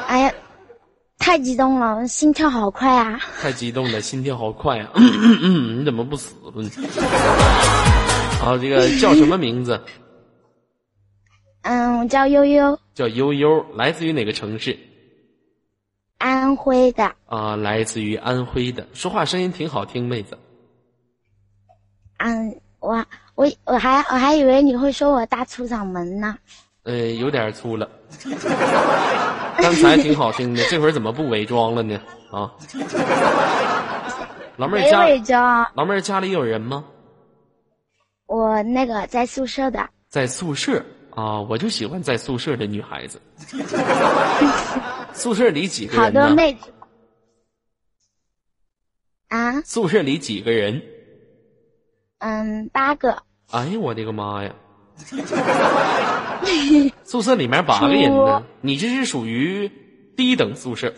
Speaker 7: 哎呀，太激动了，心跳好快啊！
Speaker 1: 太激动了，心跳好快 啊！嗯嗯你怎么不死了呢？啊，这个叫什么名字？
Speaker 7: 嗯，我叫悠悠，
Speaker 1: 叫悠悠，来自于哪个城市？
Speaker 7: 安徽的，
Speaker 1: 啊，来自于安徽的，说话声音挺好听，妹子。
Speaker 7: 嗯，我我我还我还以为你会说我大粗嗓门呢，
Speaker 1: 呃，有点粗了。刚才挺好听的，这会儿怎么不伪装了呢？啊，老妹儿
Speaker 7: 没
Speaker 1: 家，
Speaker 7: 伪装，
Speaker 1: 老妹儿家里有人吗？
Speaker 7: 我那个在宿舍的，
Speaker 1: 在宿舍啊，我就喜欢在宿舍的女孩子。宿舍里几个
Speaker 7: 好
Speaker 1: 人
Speaker 7: 多
Speaker 1: 呢？
Speaker 7: 妹子啊，
Speaker 1: 宿舍里几个人？
Speaker 7: 嗯，八个，
Speaker 1: 哎呀，我的个妈呀！宿舍里面八个人呢，你这是属于低等宿舍，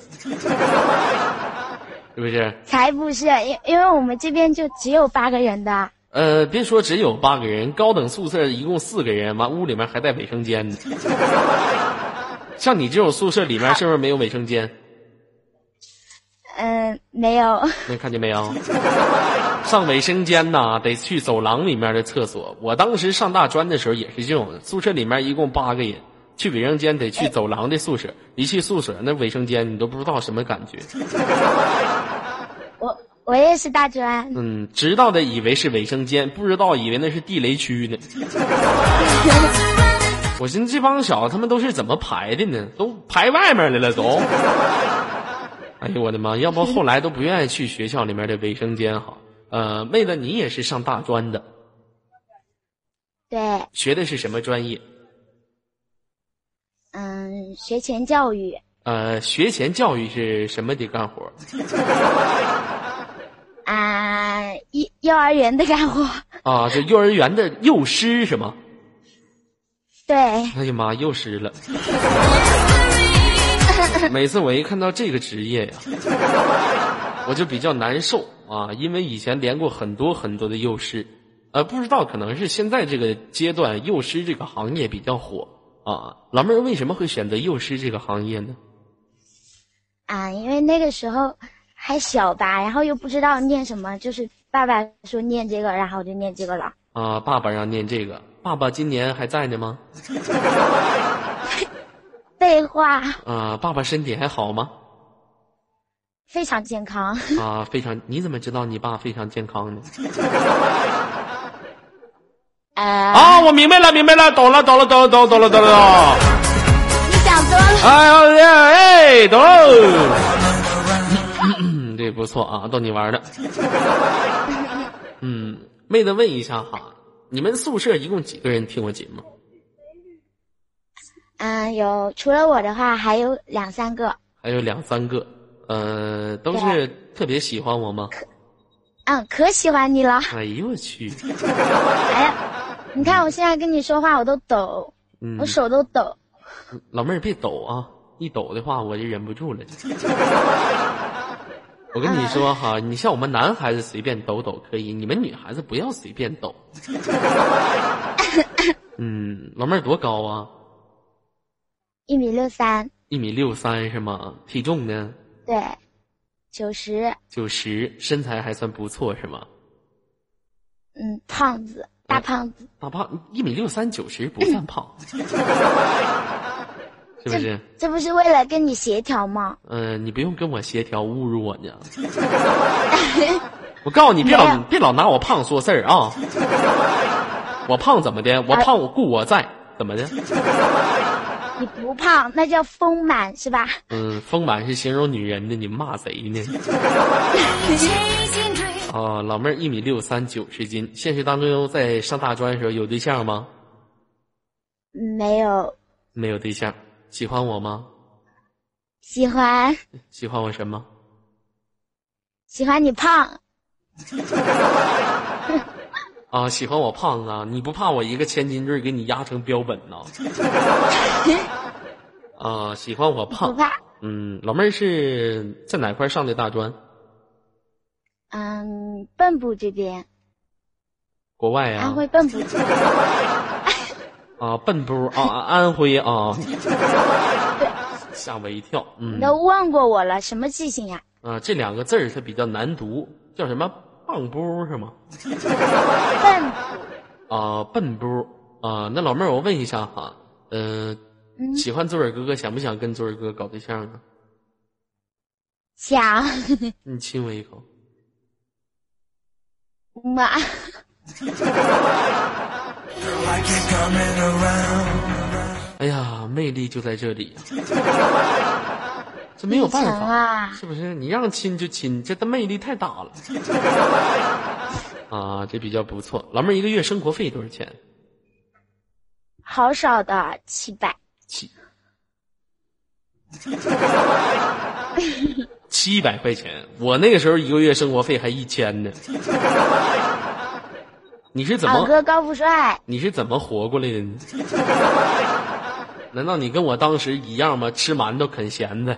Speaker 1: 是不是？
Speaker 7: 才不是，因因为我们这边就只有八个人的，
Speaker 1: 呃，别说只有八个人，高等宿舍一共四个人，完屋里面还带卫生间呢。 像你这种宿舍里面是不是没有卫生间？
Speaker 7: 嗯，没有，
Speaker 1: 能看见没有？ 上卫生间呐，得去走廊里面的厕所。我当时上大专的时候也是这种，宿舍里面一共八个人，去卫生间得去走廊的宿舍，一去宿舍那卫生间你都不知道什么感觉。
Speaker 7: 我我也是大专，
Speaker 1: 嗯，知道的以为是卫生间，不知道以为那是地雷区呢。我寻思这帮小子他们都是怎么排的呢？都排外面来了都。哎呦我的妈！要不后来都不愿意去学校里面的卫生间好。呃，妹子，你也是上大专的，
Speaker 7: 对，
Speaker 1: 学的是什么专业？
Speaker 7: 嗯，学前教育，
Speaker 1: 呃，学前教育是什么的干活？
Speaker 7: 啊，幼幼儿园的干活，
Speaker 1: 啊，这幼儿园的幼师是吗？
Speaker 7: 对，
Speaker 1: 哎呀妈，又湿了！ 每次我一看到这个职业呀、我就比较难受啊，因为以前连过很多很多的幼师，呃，不知道可能是现在这个阶段幼师这个行业比较火啊。老妹儿为什么会选择幼师这个行业呢？
Speaker 7: 啊，因为那个时候还小吧，然后又不知道念什么，就是爸爸说念这个，然后我就念这个了，
Speaker 1: 啊，爸爸让念这个，爸爸今年还在呢吗？
Speaker 7: 废话，
Speaker 1: 啊，爸爸身体还好吗？
Speaker 7: 非常健康，
Speaker 1: 啊，非常，你怎么知道你爸非常健康呢？
Speaker 7: 呃，
Speaker 1: 啊，我明白了，明白了，懂了，懂了，懂了，懂了，懂了，懂了。懂了
Speaker 7: 你想多了，
Speaker 1: 哎呦呀，哎，懂了。 这不错啊，逗你玩的。嗯，妹子问一下哈，你们宿舍一共几个人听我节目？
Speaker 7: 嗯，有除了我的话，还有两三个，
Speaker 1: 还有两三个，呃，都是特别喜欢我吗？
Speaker 7: 嗯，可喜欢你了，
Speaker 1: 哎呦我去，
Speaker 7: 哎呀，你看我现在跟你说话我都抖，
Speaker 1: 嗯
Speaker 7: 我，手都抖，
Speaker 1: 老妹儿别抖啊，一抖的话我就忍不住了。我跟你说哈，你像我们男孩子随便抖抖可以，你们女孩子不要随便抖。嗯，老妹儿多高啊？
Speaker 7: 一米六三，
Speaker 1: 一米六三是吗？体重呢？
Speaker 7: 对，九十，
Speaker 1: 九十，身材还算不错是吗？
Speaker 7: 嗯，胖子，大胖子，
Speaker 1: 大胖一米六三，九十不算胖， 是不是？
Speaker 7: 这不是为了跟你协调吗？
Speaker 1: 嗯、你不用跟我协调，侮辱我 呢。我告诉你，别
Speaker 7: 没
Speaker 1: 老
Speaker 7: 有
Speaker 1: 别老拿我胖说事儿 啊！
Speaker 7: 哎
Speaker 1: 我胖怎么的？我胖我故我在怎么的？
Speaker 7: 你不胖，那叫丰满是吧？
Speaker 1: 嗯，丰满是形容女人的，你骂谁呢？ 啊，老妹儿一米六三，九十斤。现实当中，在上大专的时候有对象吗？
Speaker 7: 嗯没有
Speaker 1: 没有对象。喜欢我吗？
Speaker 7: 喜欢
Speaker 1: 喜欢我什么？
Speaker 7: 喜欢你胖，
Speaker 1: 啊，喜欢我胖啊？你不怕我一个千斤坠给你压成标本呐？ 啊，喜欢我
Speaker 7: 不
Speaker 1: 胖。
Speaker 7: 怕。
Speaker 1: 嗯，老妹儿是在哪块儿上的大专？
Speaker 7: 嗯，蚌埠这边，
Speaker 1: 国外呀、
Speaker 7: 安徽蚌埠这边，
Speaker 1: 啊，蚌埠啊，啊安徽 啊，吓我一跳。嗯
Speaker 7: 你，都问过我了，什么记性呀？
Speaker 1: 啊，这两个字儿它比较难读，叫什么？蚌埠是吗？
Speaker 7: 蚌
Speaker 1: 啊，蚌埠啊，那老妹儿，我问一下哈，嗯、
Speaker 7: 嗯
Speaker 1: 喜欢左耳哥哥，想不想跟左耳哥搞对象啊？
Speaker 7: 想
Speaker 1: 你亲我一口。
Speaker 7: 妈，
Speaker 1: 哎呀，魅力就在这里呀、 这没有办
Speaker 7: 你
Speaker 1: 法
Speaker 7: 强啊
Speaker 1: 是不是？你让亲就亲，这他魅力太 大了。啊，这比较不错。老妹儿，一个月生活费多少钱？
Speaker 7: 好少的，七百，
Speaker 1: 七七百块钱，我那个时候一个月生活费还一千呢。你是怎
Speaker 7: 好
Speaker 1: 么
Speaker 7: 哥高富帅，
Speaker 1: 你是怎么活过来的呢？ 难道你跟我当时一样吗？吃馒头啃咸的，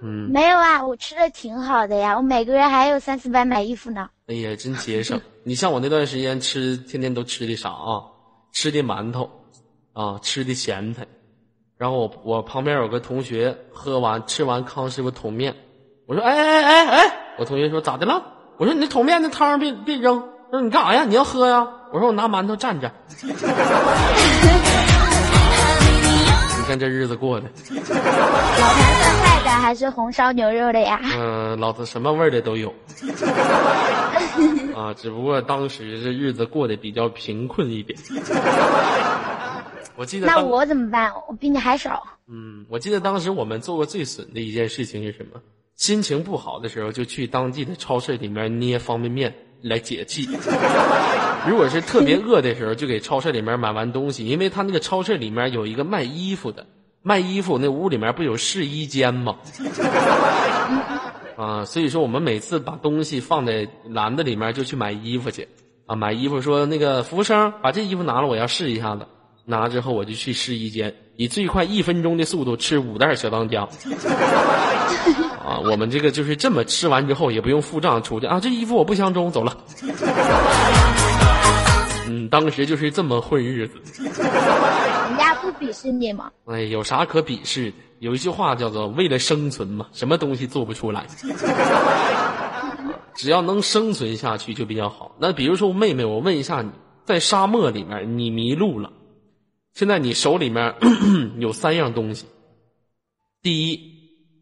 Speaker 1: 嗯
Speaker 7: 没有啊，我吃的挺好的呀，我每个月还有三四百买衣服呢。
Speaker 1: 哎呀，真节省！你像我那段时间吃，天天都吃的啥啊？吃的馒头，啊，吃的咸菜。然后我我旁边有个同学喝完吃完康师傅桶面，我说哎哎哎哎哎，我同学说咋的了？我说你那桶面那汤别别扔，他说你干啥呀？你要喝呀？我说我拿馒头蘸蘸。 你看这日子过的，
Speaker 7: 老坛酸菜的还是红烧牛肉的呀？
Speaker 1: 嗯，老子什么味儿的都有。啊，只不过当时这日子过得比较贫困一点。我记得
Speaker 7: 那
Speaker 1: 当，
Speaker 7: 我怎么办？我比你还少。
Speaker 1: 嗯，我记得当时我们做过最损的一件事情是什么？心情不好的时候，就去当地的超市里面捏方便面来解气。 如果是特别饿的时候，就给超市里面买完东西，因为他那个超市里面有一个卖衣服的，卖衣服那屋里面不有试衣间吗？ 啊，所以说我们每次把东西放在篮子里面，就去买衣服去啊，买衣服说那个服务生把这衣服拿了，我要试一下子。拿了之后我就去试衣间，以最快一分钟的速度吃五袋小当家。啊，我们这个就是这么吃完之后也不用付账出去啊，这衣服我不相中，走了。嗯，当时就是这么混日子。
Speaker 7: 人家不鄙视你吗？
Speaker 1: 哎，有啥可鄙视的？有一句话叫做“为了生存嘛，什么东西做不出来”， 只要能生存下去就比较好。那比如说，妹妹，我问一下你，在沙漠里面你迷路了，现在你手里面 有三样东西，第一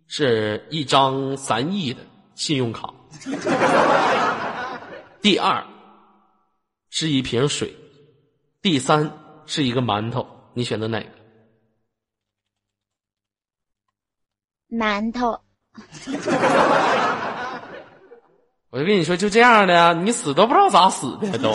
Speaker 1: 是一张三亿的信用卡，第二是一瓶水，第三是一个馒头，你选择哪个？
Speaker 7: 馒头，
Speaker 1: 我就跟你说，就这样的呀，你死都不知道咋死的都。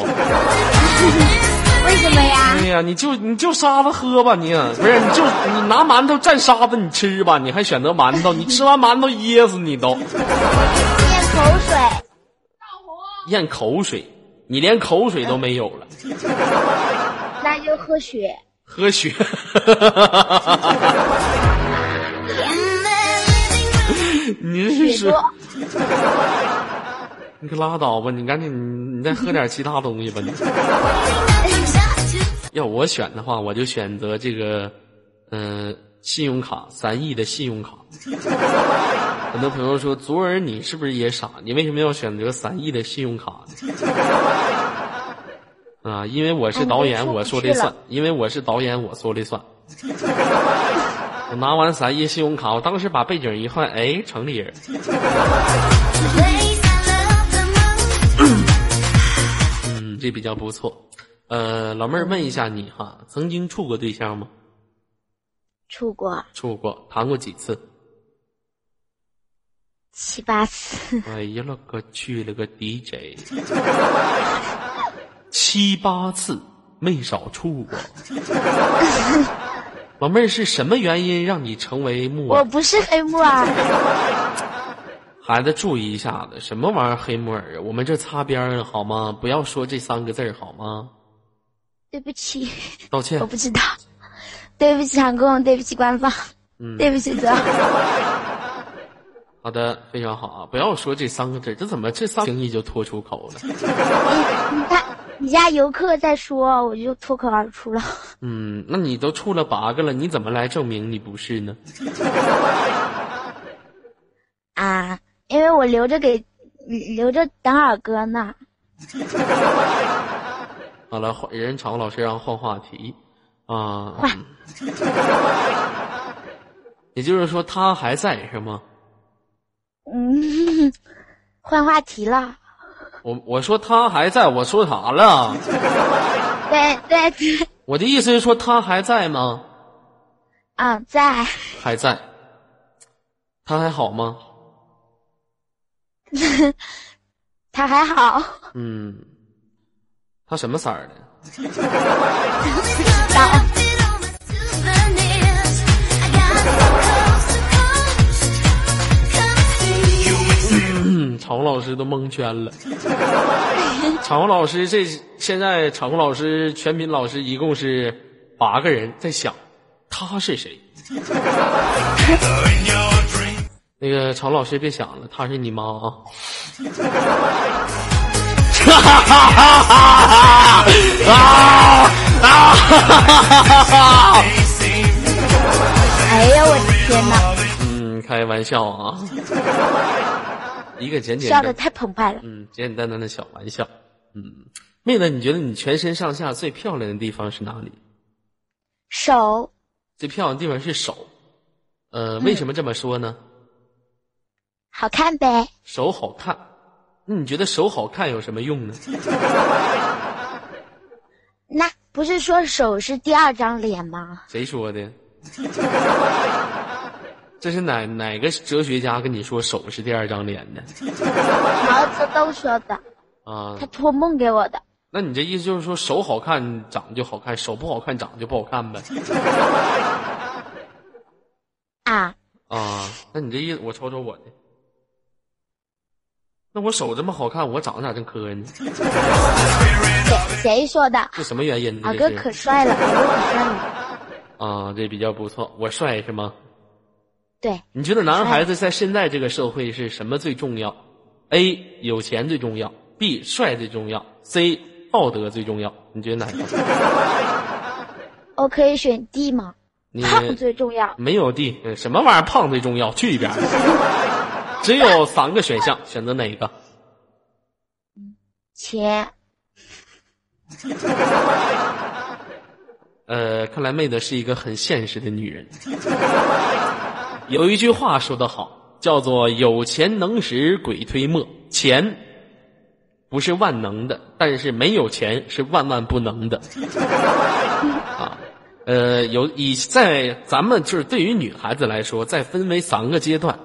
Speaker 7: 为什么呀？
Speaker 1: 对呀，你就你就沙子喝吧，你不是你就你拿馒头蘸沙子你吃吧，你还选择馒头，你吃完馒头噎死你都。咽
Speaker 7: 咽口水，
Speaker 1: 口水，你连口水都没有了，
Speaker 7: 那就喝血。
Speaker 1: 喝血。你是
Speaker 7: 血
Speaker 1: 说
Speaker 7: 多，
Speaker 1: 你可拉倒吧，你赶紧你再喝点其他东西吧你。要我选的话，我就选择这个，嗯、信用卡三亿的信用卡。很多朋友说，昨儿你是不是也傻？你为什么要选择三亿的信用卡呢？啊，因为我是导演，
Speaker 7: 哎你
Speaker 1: 我
Speaker 7: 别
Speaker 1: 说
Speaker 7: 说不
Speaker 1: 了
Speaker 7: 去
Speaker 1: 算
Speaker 7: 了。
Speaker 1: 因为我是导演，我说了算。我拿完三亿信用卡，我当时把背景一换，哎，城里人。嗯，这比较不错。呃，老妹儿问一下你哈，曾经处过对象吗？
Speaker 7: 处过
Speaker 1: 处过，谈过几次？
Speaker 7: 七八次，
Speaker 1: 哎呀，我个去了个 DJ，七八次没少处过。老妹儿是什么原因让你成为木
Speaker 7: 我
Speaker 1: 偶？
Speaker 7: 不是黑木耳，
Speaker 1: 孩子注意一下子，什么玩意儿黑木耳啊？我们这擦边儿了好吗？不要说这三个字儿好吗？
Speaker 7: 对不起，
Speaker 1: 道歉
Speaker 7: 我。不知道， 对不起韩工，对不起官方，
Speaker 1: 嗯
Speaker 7: 对不起泽，
Speaker 1: 好的，非常好啊！不要说这三个字儿，这怎么这三轻易就脱出口了？
Speaker 7: 你看你家游客在说，我就脱口而出了。
Speaker 1: 嗯，那你都处了八个了，你怎么来证明你不是呢？
Speaker 7: 啊，因为我留着给留着等二哥呢。
Speaker 1: 好了，换人潮老师让换话题啊。嗯也就是说，他还在是吗？
Speaker 7: 嗯， 换话题了。
Speaker 1: 我我说他还在，我说啥了？
Speaker 7: 对对对，
Speaker 1: 我的意思是说他还在吗？
Speaker 7: 啊，在
Speaker 1: 还在。他还好吗？
Speaker 7: 他还好，
Speaker 1: 嗯，他什么色儿的？嗯，场控老师都蒙圈了。场控老师这现在场控老师、全品老师一共是八个人在想，他是谁？那个场控老师别想了，他是你妈啊！
Speaker 7: 哎呀，我的天哪，
Speaker 1: 嗯，开玩笑啊，一个简简
Speaker 7: 笑
Speaker 1: 单
Speaker 7: 的太澎湃了。
Speaker 1: 嗯简简单单的小玩笑。嗯，妹子，你觉得你全身上下最漂亮的地方是哪里？
Speaker 7: 手
Speaker 1: 最漂亮的地方是手。
Speaker 7: 嗯
Speaker 1: 呃，为什么这么说呢？
Speaker 7: 好看呗，
Speaker 1: 手好看。那你觉得手好看有什么用呢？
Speaker 7: 那不是说手是第二张脸吗？
Speaker 1: 谁说的？这是哪哪个哲学家跟你说手是第二张脸的？
Speaker 7: 毛泽东说的，
Speaker 1: 啊
Speaker 7: 他，托梦给我的。
Speaker 1: 那你这意思就是说手好看长就好看，手不好看长就不好看呗？
Speaker 7: 啊，
Speaker 1: 啊，那你这意思，我瞅瞅我的，那我手这么好看，我长得咋这磕呢？
Speaker 7: 谁谁说的？
Speaker 1: 这什么原因呢？
Speaker 7: 二哥
Speaker 1: 这是
Speaker 7: 可帅了，二哥可帅了。
Speaker 1: 啊，这比较不错，我帅是吗？
Speaker 7: 对，
Speaker 1: 你觉得男孩子在现在这个社会是什么最重要？A 有钱最重要，B 帅最重要，C 道德最重要。你觉得哪个？
Speaker 7: 我可以选 D 吗？
Speaker 1: 你
Speaker 7: 胖最重要。
Speaker 1: 没有 D，呃什么玩意儿胖最重要？去一边儿！ 只有三个选项，选择哪一个？
Speaker 7: 钱，
Speaker 1: 呃，看来妹子是一个很现实的女人。有一句话说得好，叫做“有钱能使鬼推磨”。钱不是万能的，但是没有钱是万万不能的。啊，呃，有以在咱们就是对于女孩子来说，再分为三个阶段。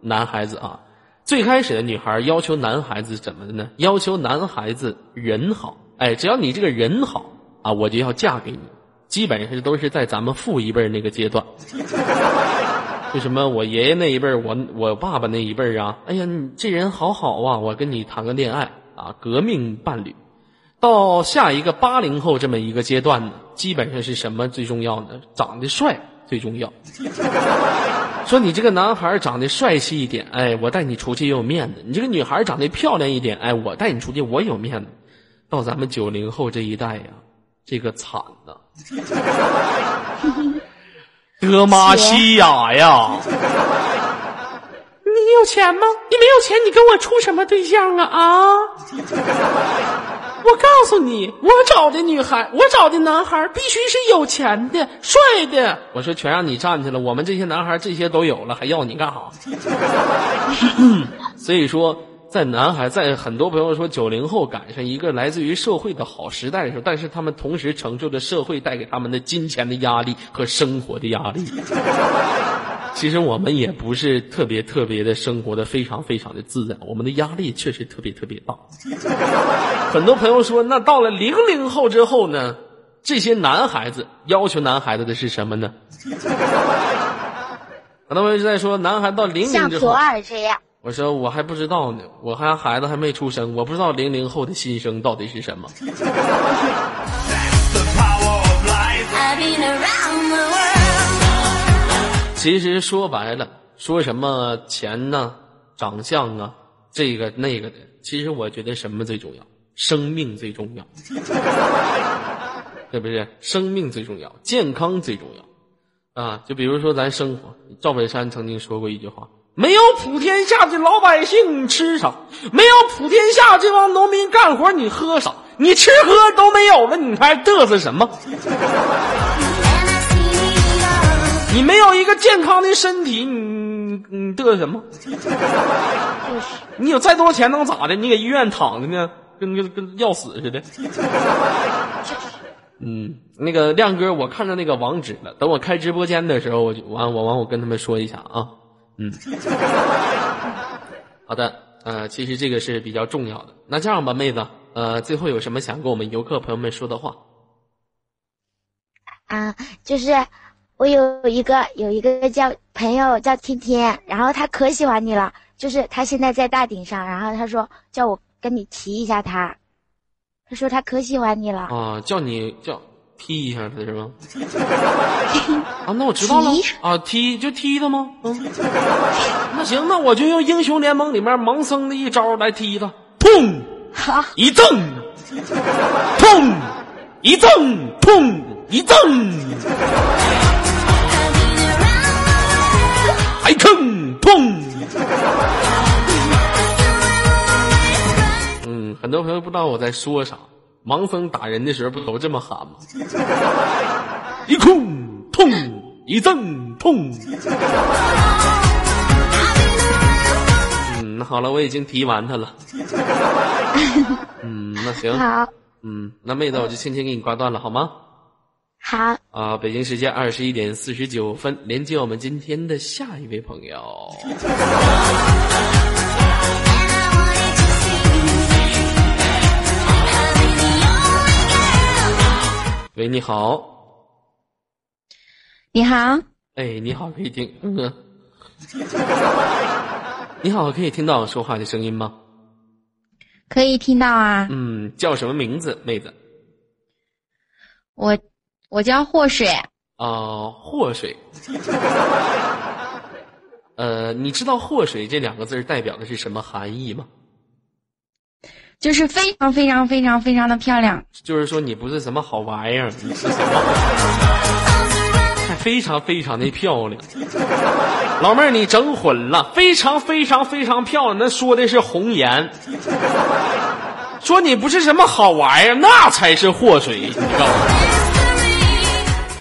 Speaker 1: 男孩子啊，最开始的女孩要求男孩子怎么的呢？要求男孩子人好，哎，只要你这个人好啊，我就要嫁给你。基本上都是在咱们父一辈儿那个阶段，就什么我爷爷那一辈儿，我我爸爸那一辈儿啊，哎呀，你这人好好啊，我跟你谈个恋爱啊，革命伴侣。到下一个八零后这么一个阶段呢，基本上是什么最重要呢？长得帅最重要。说你这个男孩长得帅气一点，哎，我带你出去也有面子；你这个女孩长得漂亮一点，哎，我带你出去我有面子。到咱们九零后这一代呀、这个惨 呐、德玛西亚呀！你有钱吗？你没有钱，你跟我处什么对象啊 啊！我告诉你，我找的女孩，我找的男孩必须是有钱的、帅的。我说全让你占去了，我们这些男孩这些都有了，还要你干啥？所以说，在男孩，在很多朋友说九零后赶上一个来自于社会的好时代的时候，但是他们同时承受着社会带给他们的金钱的压力和生活的压力。 其实我们也不是特别特别的生活的非常非常的自在，我们的压力确实特别特别大。很多朋友说，那到了零零后之后呢，这些男孩子要求男孩子的是什么呢？很多朋友就在说，男孩到零零
Speaker 7: 像
Speaker 1: 之
Speaker 7: 左
Speaker 1: 后，
Speaker 7: 耳这样，
Speaker 1: 我说我还不知道呢，我还孩子还没出生，我不知道零零后的心声到底是什么。其实说白了，说什么钱呐、长相啊，这个那个的，其实我觉得什么最重要？生命最重要，是不是？生命最重要，健康最重要，啊！就比如说咱生活，赵本山曾经说过一句话：“没有普天下的老百姓吃啥，没有普天下这帮农民干活你喝啥，你吃喝都没有了，你还嘚瑟什么？”你没有一个健康的身体，你你你嘚瑟什么？
Speaker 7: 就是
Speaker 1: 你有再多钱能咋的？你搁医院躺着呢，跟跟跟要死似的。 嗯，那个亮哥，我看着那个网址了。等我开直播间的时候，我就完我完我跟他们说一下啊。嗯，好的，呃，其实这个是比较重要的。那这样吧，妹子，呃，最后有什么想跟我们游客朋友们说的话？
Speaker 7: 啊，就是我有一个有一个叫朋友叫天天，然后他可喜欢你了，就是他现在在大顶上，然后他说叫我跟你提一下他，他说他可喜欢你了，
Speaker 1: 啊，叫你叫踢一下他是吗？啊，那我知道了
Speaker 7: 踢
Speaker 1: 啊，踢就踢他吗？嗯，那行，那我就用英雄联盟里面盲僧的一招来踢他，砰，一蹬，砰，一蹬，砰，一蹬，还坑，砰。嗯，很多朋友不知道我在说啥。盲僧打人的时候不都这么喊吗？一空痛，一阵痛。嗯，那好了，我已经提完他了。嗯，那行，
Speaker 7: 好
Speaker 1: 嗯，那妹子我就轻轻给你挂断了，好吗？
Speaker 7: 好，
Speaker 1: 啊，北京时间二十一点四十九分，连接我们今天的下一位朋友。喂，你好，
Speaker 3: 你好，
Speaker 1: 哎，你好，可以听，嗯、啊，你好，可以听到我说话的声音吗？
Speaker 3: 可以听到啊？
Speaker 1: 嗯，叫什么名字，妹子？
Speaker 3: 我我叫祸水，
Speaker 1: 啊、祸水。呃，你知道“祸水”这两个字儿代表的是什么含义吗？
Speaker 3: 就是非常非常非常非常的漂亮。
Speaker 1: 就是说你不是什么好玩意儿，你是什么？还非常非常的漂亮，老妹儿你整混了，非常非常非常漂亮，那说的是红颜，说你不是什么好玩意儿，那才是祸水，你知道吗？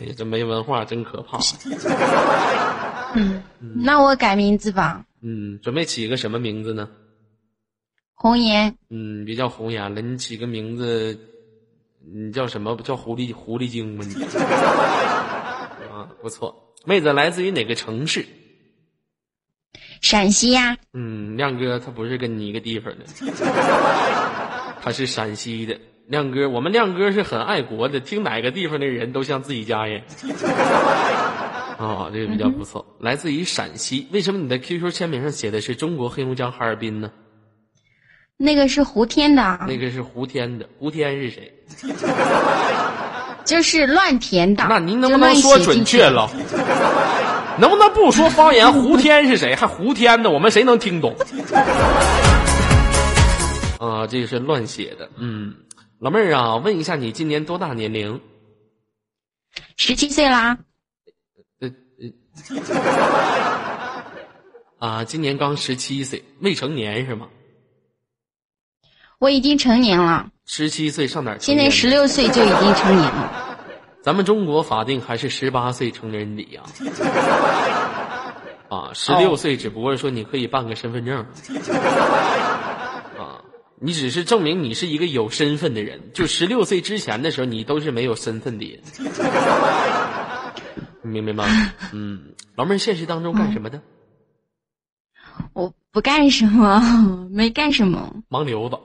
Speaker 1: 哎呀，这没文化真可怕。
Speaker 3: 那我改名字吧，
Speaker 1: 嗯，准备起个什么名字呢？
Speaker 3: 红颜。
Speaker 1: 嗯，别叫红颜了，你起个名字，你叫什么？叫狐狸狐狸精吗？你 啊，不错，妹子来自于哪个城市？
Speaker 3: 陕西呀、
Speaker 1: 嗯，亮哥他不是跟你一个地方的，他是陕西的。亮哥，我们亮哥是很爱国的，听哪个地方的人都像自己家人。啊、这个比较不错，来自于陕西。为什么你的 QQ 签名上写的是中国黑龙江哈尔滨呢？
Speaker 3: 那个是胡天的啊，
Speaker 1: 那个是胡天的，胡天是谁？
Speaker 3: 就是乱填的。
Speaker 1: 那您能不能说准确
Speaker 3: 就乱
Speaker 1: 了？ 能不能不说方言？胡天是谁？还胡天的，我们谁能听 懂？啊，这个是乱写的。嗯，老妹儿啊，问一下你今年多大年龄？
Speaker 3: 写进去？十七岁啦，
Speaker 1: 呃呃，啊，今年刚十七岁，未成年是吗？
Speaker 3: 我已经成年了，
Speaker 1: 十七岁上哪儿成
Speaker 3: 现
Speaker 1: 年
Speaker 3: 在
Speaker 1: 呢？
Speaker 3: 十六岁就已经成年了。
Speaker 1: 咱们中国法定还是十八岁成人啊礼呀、啊。啊，十六岁只不过说你可以办个身份证，你只是证明你是一个有身份的人。就十六岁之前的时候，你都是没有身份的人，你明白吗？嗯，老妹儿，现实当中干什么的？
Speaker 3: 我不干什么， 没干什么。
Speaker 1: 盲流子。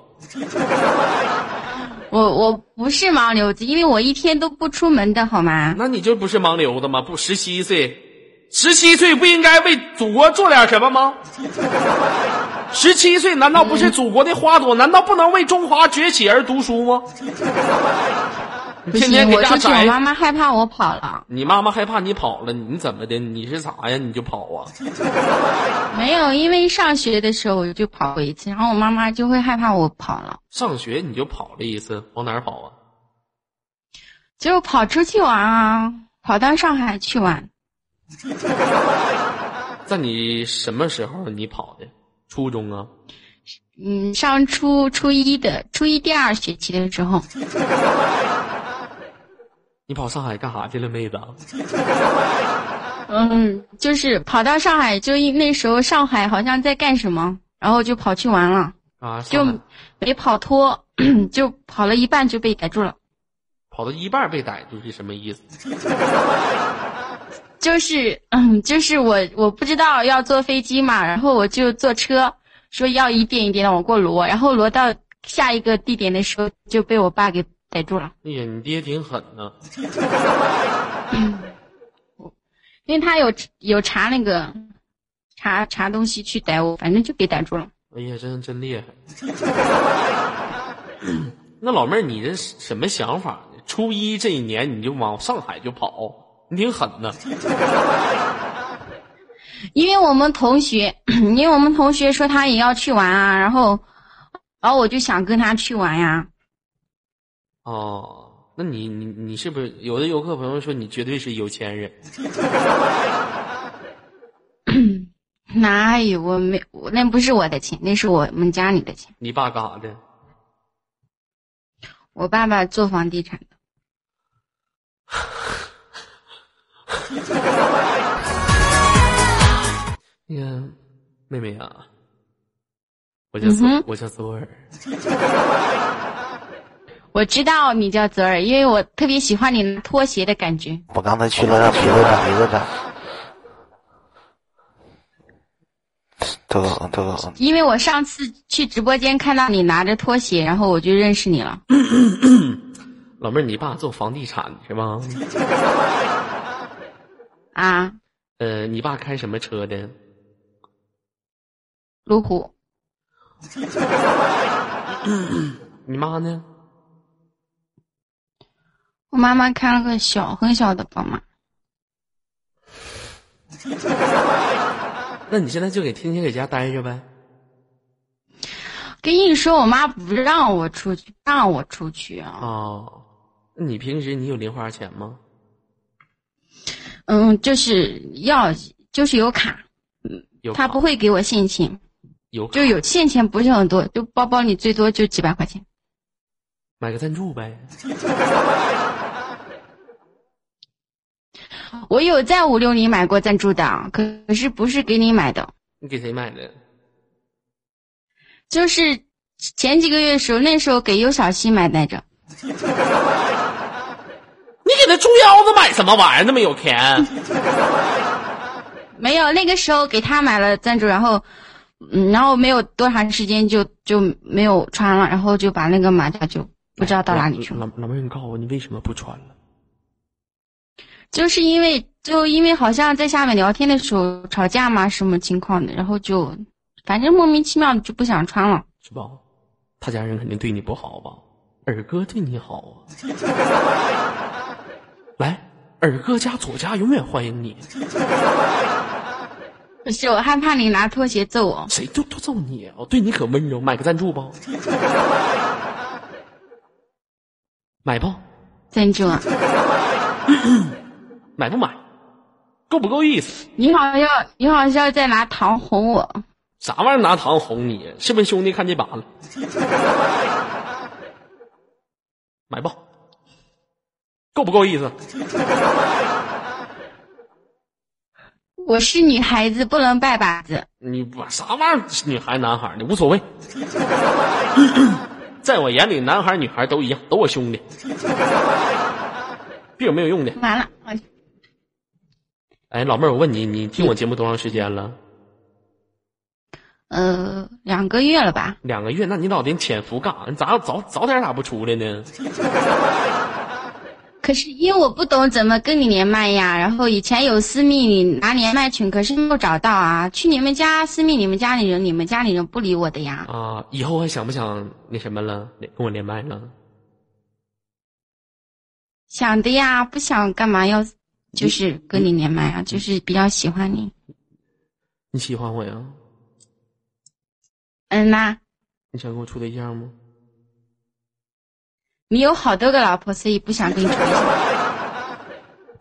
Speaker 3: 我我不是盲流子，因为我一天都不出门的，好吗？
Speaker 1: 那你就不是盲流子吗？不，十七岁，十七岁不应该为祖国做点什么吗？十七岁难道不是祖国的花朵？难道不能为中华崛起而读书吗？你
Speaker 3: 不
Speaker 1: 天天
Speaker 3: 行，
Speaker 1: 给
Speaker 3: 我
Speaker 1: 家
Speaker 3: 出去，我
Speaker 1: 宅
Speaker 3: 妈妈害怕我跑了。
Speaker 1: 你妈妈害怕你跑了，你怎么的？你是啥呀？你就跑啊？
Speaker 3: 没有，因为上学的时候我就跑过一次，然后我妈妈就会害怕我跑了，
Speaker 1: 上学你就跑了一次，往哪儿跑啊？
Speaker 3: 就跑出去玩啊，跑到上海去玩。
Speaker 1: 在你什么时候你跑的？初中啊？
Speaker 3: 嗯，上初初一的初一第二学期的时候，
Speaker 1: 你跑上海干啥去了，妹子？
Speaker 3: 嗯，就是跑到上海，就因那时候上海好像在干什么，然后就跑去玩了，
Speaker 1: 啊，
Speaker 3: 就
Speaker 1: 上海
Speaker 3: 没跑脱， 就跑了一半就被逮住了。
Speaker 1: 跑到一半被逮住是什么意思？
Speaker 3: 就是嗯，就是我我不知道要坐飞机嘛，然后我就坐车，说要一点一点的往过挪，然后挪到下一个地点的时候就被我爸给逮住了，
Speaker 1: 哎呀，你爹挺狠呐、
Speaker 3: 因为他有有查那个查查东西去逮我，反正就给逮住了。
Speaker 1: 哎呀，真真厉害！那老妹儿，你这是什么想法呢？初一这一年你就往上海就跑，你挺狠呐！
Speaker 3: 因为我们同学， 因为我们同学说他也要去玩啊，然后，然后我就想跟他去玩呀、
Speaker 1: 哦，那你你你是不是有的游客朋友说你绝对是有钱人？
Speaker 3: 哪有哎我没我那不是我的钱，那是我们家里的钱。
Speaker 1: 你爸干啥的？
Speaker 3: 我爸爸做房地产的，
Speaker 1: 那个妹妹啊，我叫左、
Speaker 3: 嗯哼
Speaker 1: 我叫左耳，
Speaker 3: 我知道你叫泽儿，因为我特别喜欢你拿拖鞋的感觉。
Speaker 8: 我刚才去了趟别的站，别的站。都都
Speaker 3: 因为我上次去直播间看到你拿着拖鞋，然后我就认识你了。
Speaker 1: 老妹儿，你爸做房地产是吗？
Speaker 3: 啊，
Speaker 1: 呃，你爸开什么车的？
Speaker 3: 路虎，
Speaker 1: 你妈呢？
Speaker 3: 我妈妈开了个小很小的宝马，
Speaker 1: 那你现在就给天天搁家待着呗。
Speaker 3: 跟你说，我妈不让我出去，不让我出去啊。
Speaker 1: 哦，那你平时你有零花钱吗？
Speaker 3: 嗯，就是要就是有卡，
Speaker 1: 有
Speaker 3: 她
Speaker 1: 卡
Speaker 3: 不会给我现钱，
Speaker 1: 有卡
Speaker 3: 就有现钱不是很多，就包包里最多就几百块钱。
Speaker 1: 买个赞助呗。
Speaker 3: 我有在五六零买过赞助的，可可是不是给你买的，
Speaker 1: 你给谁买的？
Speaker 3: 就是前几个月的时候，那时候给尤小溪买来着。
Speaker 1: 你给他猪腰子买什么玩意儿？那么有钱？
Speaker 3: 没有，那个时候给他买了赞助，然后，嗯，然后没有多长时间就就没有穿了，然后就把那个马甲就 不知道到哪里去了。
Speaker 1: 老老妹儿，你告诉我，你为什么不穿了？
Speaker 3: 就是因为就因为好像在下面聊天的时候吵架嘛，什么情况的，然后就反正莫名其妙的就不想穿了。
Speaker 1: 是吧？他家人肯定对你不好吧？二哥对你好啊。 来，二哥家左家永远欢迎你，
Speaker 3: 可是我害怕你拿拖鞋揍我，
Speaker 1: 谁都都揍你啊！我对你可温柔，买个赞助吧。 买吧，
Speaker 3: 赞助啊！
Speaker 1: 买不买？够不够意思？
Speaker 3: 你好像你好像在拿糖哄我，
Speaker 1: 啥玩意儿拿糖哄你？是不是兄弟看这把了？买吧，够不够意思？
Speaker 3: 我是女孩子，不能拜把子。
Speaker 1: 你把啥玩意儿？女孩男孩的无所谓，在我眼里，男孩女孩都一样，都我兄弟，并没有用的。
Speaker 3: 完了，我
Speaker 1: 哎，老妹儿，我问你，你听我节目多长时间了？
Speaker 3: 呃两个月了吧？
Speaker 1: 两个月？那你老得潜伏干啥？你咋早早点咋不出来呢？
Speaker 3: 可是因为我不懂怎么跟你连麦呀，然后以前有私密你拿连麦群，可是没有找到啊。去你们家私密你们家里人，你们家里人不理我的呀。
Speaker 1: 啊，以后还想不想那什么了？跟我连麦了？
Speaker 3: 想的呀，不想干嘛要，就是跟你连麦啊，就是比较喜欢你。
Speaker 1: 你喜欢我呀？
Speaker 3: 嗯呐，
Speaker 1: 你想跟我处对象吗？
Speaker 3: 你有好多个老婆，所以不想 跟你处对象。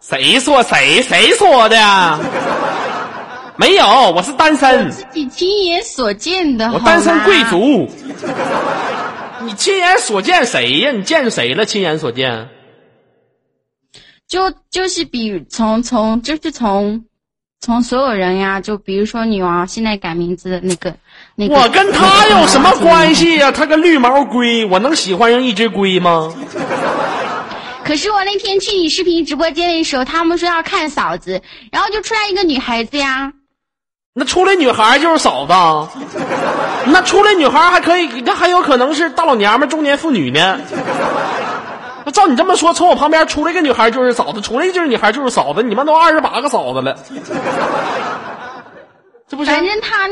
Speaker 1: 谁说谁谁说的？没有，我是单
Speaker 3: 我
Speaker 1: 身，
Speaker 3: 自己亲眼所见的，
Speaker 1: 我
Speaker 3: 好
Speaker 1: 单身
Speaker 3: 吗
Speaker 1: 贵。族。你亲眼所见谁呀？你见着谁了？亲眼所见，
Speaker 3: 就就是比从从就是从从所有人呀，就比如说女王现在改名字的那个那个，嗯
Speaker 1: 我跟他有什么关？系呀、他跟绿毛龟，我能喜欢上一只龟吗？
Speaker 3: 可是我那天去你视频直播间的时候，他们说要看嫂子，然后就出来一个女孩子呀。
Speaker 1: 那出来女孩就是嫂子啊，那出来女孩还可以，那还有可能是大老娘们、中年妇女呢。那照你这么说，从我旁边出来个女孩就是嫂子，出来就是女孩就是嫂子，你妈都二十八个嫂子了，这不是？
Speaker 3: 反正他，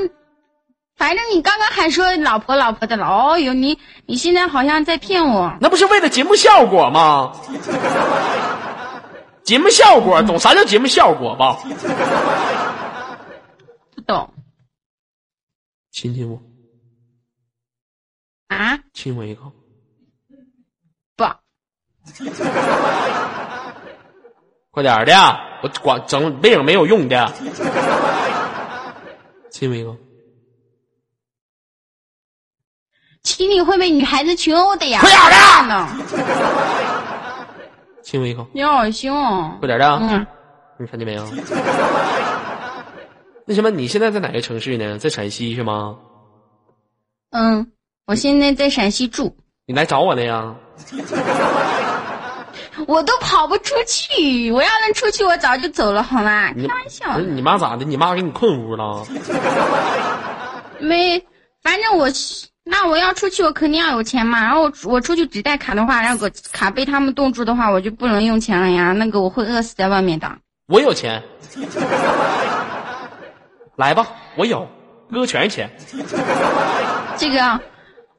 Speaker 3: 反正你刚刚还说老婆老婆的了。哦哟，你你现在好像在骗我。
Speaker 1: 那不是为了节目效果吗？节目效果，懂啥叫节目效果吧？
Speaker 3: 不懂
Speaker 1: 亲亲我，
Speaker 3: 啊？
Speaker 1: 亲我一口，
Speaker 3: 不，
Speaker 1: 快点儿的，啊我光整背影没有用的，啊亲我一口。
Speaker 3: 亲你会被女孩子群殴的呀！
Speaker 1: 快点儿的
Speaker 3: 的，
Speaker 1: 亲我一口，
Speaker 3: 你好凶哦！
Speaker 1: 快点的啊！
Speaker 3: 嗯，
Speaker 1: 你看见没有？那什么，你现在在哪个城市呢？在陕西是吗？
Speaker 3: 嗯，我现在在陕西住，
Speaker 1: 你来找我了呀？
Speaker 3: 我都跑不出去。我要能出去，我早就走了，好吗？
Speaker 1: 你
Speaker 3: 开玩笑
Speaker 1: 不是
Speaker 3: 的，
Speaker 1: 你妈咋的？你妈给你困屋了？
Speaker 3: 没，反正我是那我要出去，我肯定要有钱嘛。然后我我出去只带卡的话，然后我卡被他们冻住的话，我就不能用钱了呀。那个我会饿死在外面的。
Speaker 1: 我有钱，来吧，我有，哥全是钱。
Speaker 3: 这个，啊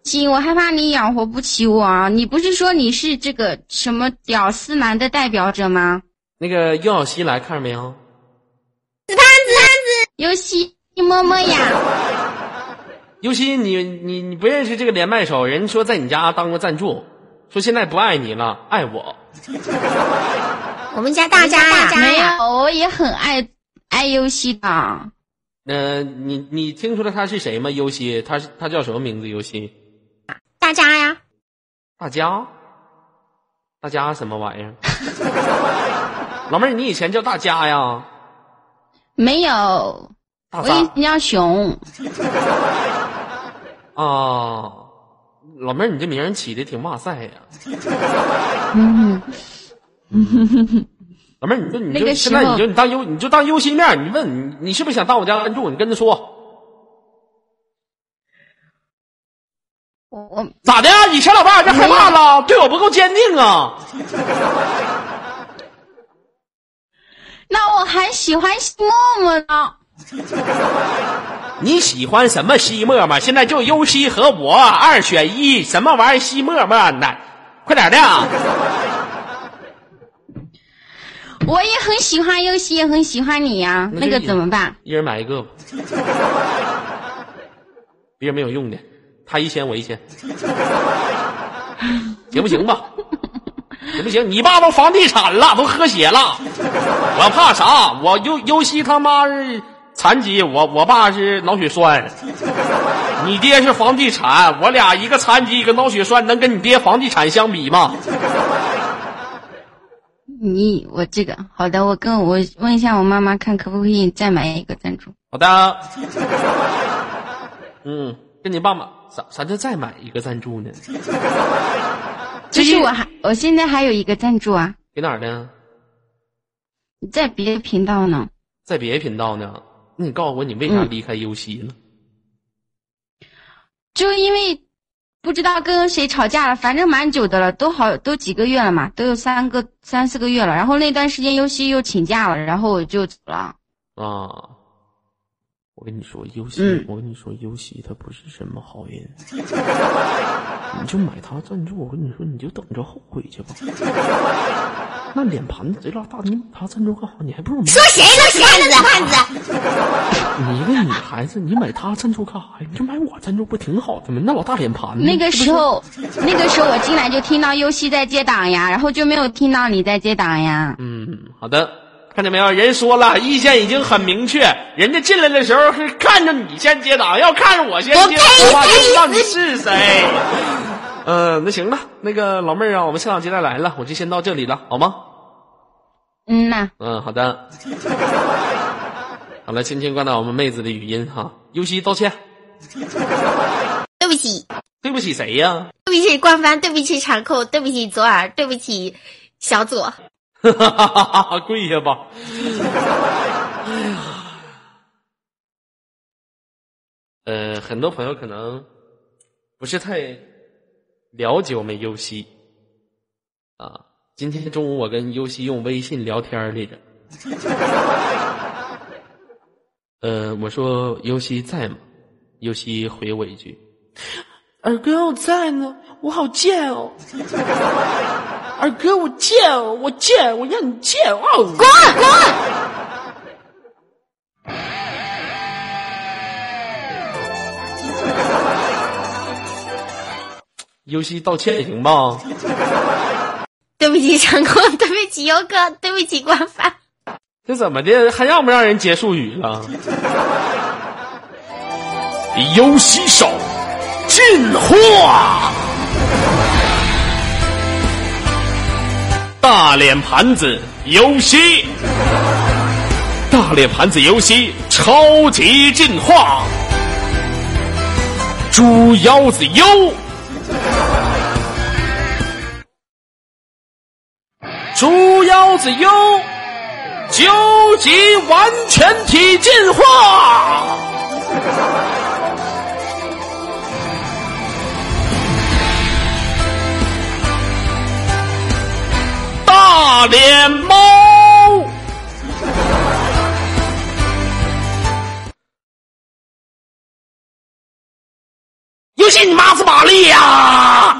Speaker 3: 亲，我害怕你养活不起我啊！你不是说你是这个什么屌丝男的代表者吗？
Speaker 1: 那个幼小西来看着没有？
Speaker 3: 尤西，你么么呀！
Speaker 1: 尤西，你你你不认识这个连麦手？人家说在你家当过赞助，说现在不爱你了，爱我。
Speaker 9: 我们家大家呀，
Speaker 3: 没有，我也很爱爱尤西的。
Speaker 1: 呃，你你听出来他是谁吗？尤西，他是他叫什么名字？尤西，
Speaker 9: 大家呀，
Speaker 1: 大家，大家什么玩意儿？ 老妹儿，你以前叫大家呀？
Speaker 3: 没有，
Speaker 1: 大
Speaker 3: 我
Speaker 1: 家
Speaker 3: 以前叫熊。
Speaker 1: 啊，老妹儿，你这名儿起的挺哇塞 呀。
Speaker 3: 嗯，
Speaker 1: 老妹儿，你就你
Speaker 3: 那
Speaker 1: 就、
Speaker 3: 个
Speaker 1: 现
Speaker 3: 时
Speaker 1: 在你
Speaker 3: 候
Speaker 1: 就你当优你就当优心面儿，你问你你是不是想当我家赞助？你跟他说
Speaker 3: 我我
Speaker 1: 咋的呀？以前老伴儿这害怕了，对我不够坚定啊。
Speaker 3: 那我还喜欢默默呢。
Speaker 1: 你喜欢什么西沫沫？现在就优西和我二选一，什么玩意儿西沫沫呢？快点的啊！
Speaker 3: 我也很喜欢尤西，也很喜欢你呀、
Speaker 1: 那就
Speaker 3: 那个怎么办？
Speaker 1: 一人买一个吧，别人没有用的，他一千我一千，行不行吧？行不行？你爸都房地产了，都喝血了，我怕啥？我尤尤西他妈是残疾，我我爸是脑血栓，你爹是房地产，我俩一个残疾，一个脑血栓，能跟你爹房地产相比吗？
Speaker 3: 你我这个好的，我跟我问一下我妈妈看可不可以再买一个赞助。
Speaker 1: 好的，嗯，跟你爸妈咋咋就再买一个赞助呢？
Speaker 3: 就是我还我现在还有一个赞助啊，
Speaker 1: 给哪儿呢？
Speaker 3: 你在别的频道呢。
Speaker 1: 在别的频道呢？那你告诉我，你为啥
Speaker 3: 嗯
Speaker 1: 离开优西了？
Speaker 3: 就因为不知道跟谁吵架了，反正蛮久的了，都好都几个月了嘛，都有三个三四个月了。然后那段时间尤西又请假了，然后我就走了。
Speaker 1: 啊，我跟你说，优西，
Speaker 3: 嗯
Speaker 1: 我跟你说，优西他不是什么好人， 你就买他赞助，我跟你说，你就等着后悔去吧。 那脸盘子贼拉大，你买他赞助干啥？你还不如买
Speaker 9: 说谁呢？谁呢？汉子，啊
Speaker 1: 你一个女孩子，你买他赞助干啥呀？你就买我赞助不挺好的吗？那老大脸盘子，
Speaker 3: 那个
Speaker 1: 嗯是不是
Speaker 3: 时候，那个时候我进来就听到尤西在接档呀，然后就没有听到你在接档呀。
Speaker 1: 嗯，好的，看见没有？人说了，意见已经很明确。人家进来的时候是看着你先接档，要看着我先接档的话，就知道你是谁。嗯、那行吧，那个老妹儿啊，我们下档接待来了，我就先到这里了，好吗？
Speaker 3: 嗯呐，
Speaker 1: 嗯，好的。 好了，轻轻挂断我们妹子的语音哈。尤西道歉，
Speaker 9: 对不起，
Speaker 1: 对不起谁呀、
Speaker 9: 对不起，官方，对不起，场控，对不起，左耳，对不起，小左。
Speaker 1: 哈哈哈哈！跪下吧！哎呀，呃，很多朋友可能不是太了解我们优西啊。今天中午我跟优西用微信聊天来着。 呃，我说优西在吗？优西回我一句：“二哥，我在呢，我好贱哦。”二哥，我贱，我贱，我让你贱哦！滚滚！尤西道歉行吧？
Speaker 9: 对不起，场控，对不起，游哥，对不起，官方。
Speaker 1: 这怎么的？还让不让人结束语 了？尤西手进化，大脸盘子尤西，大脸盘子尤西超级进化，猪腰子优。猪腰子优，究极完全体进化。大脸猫。尤其你妈是玛丽呀、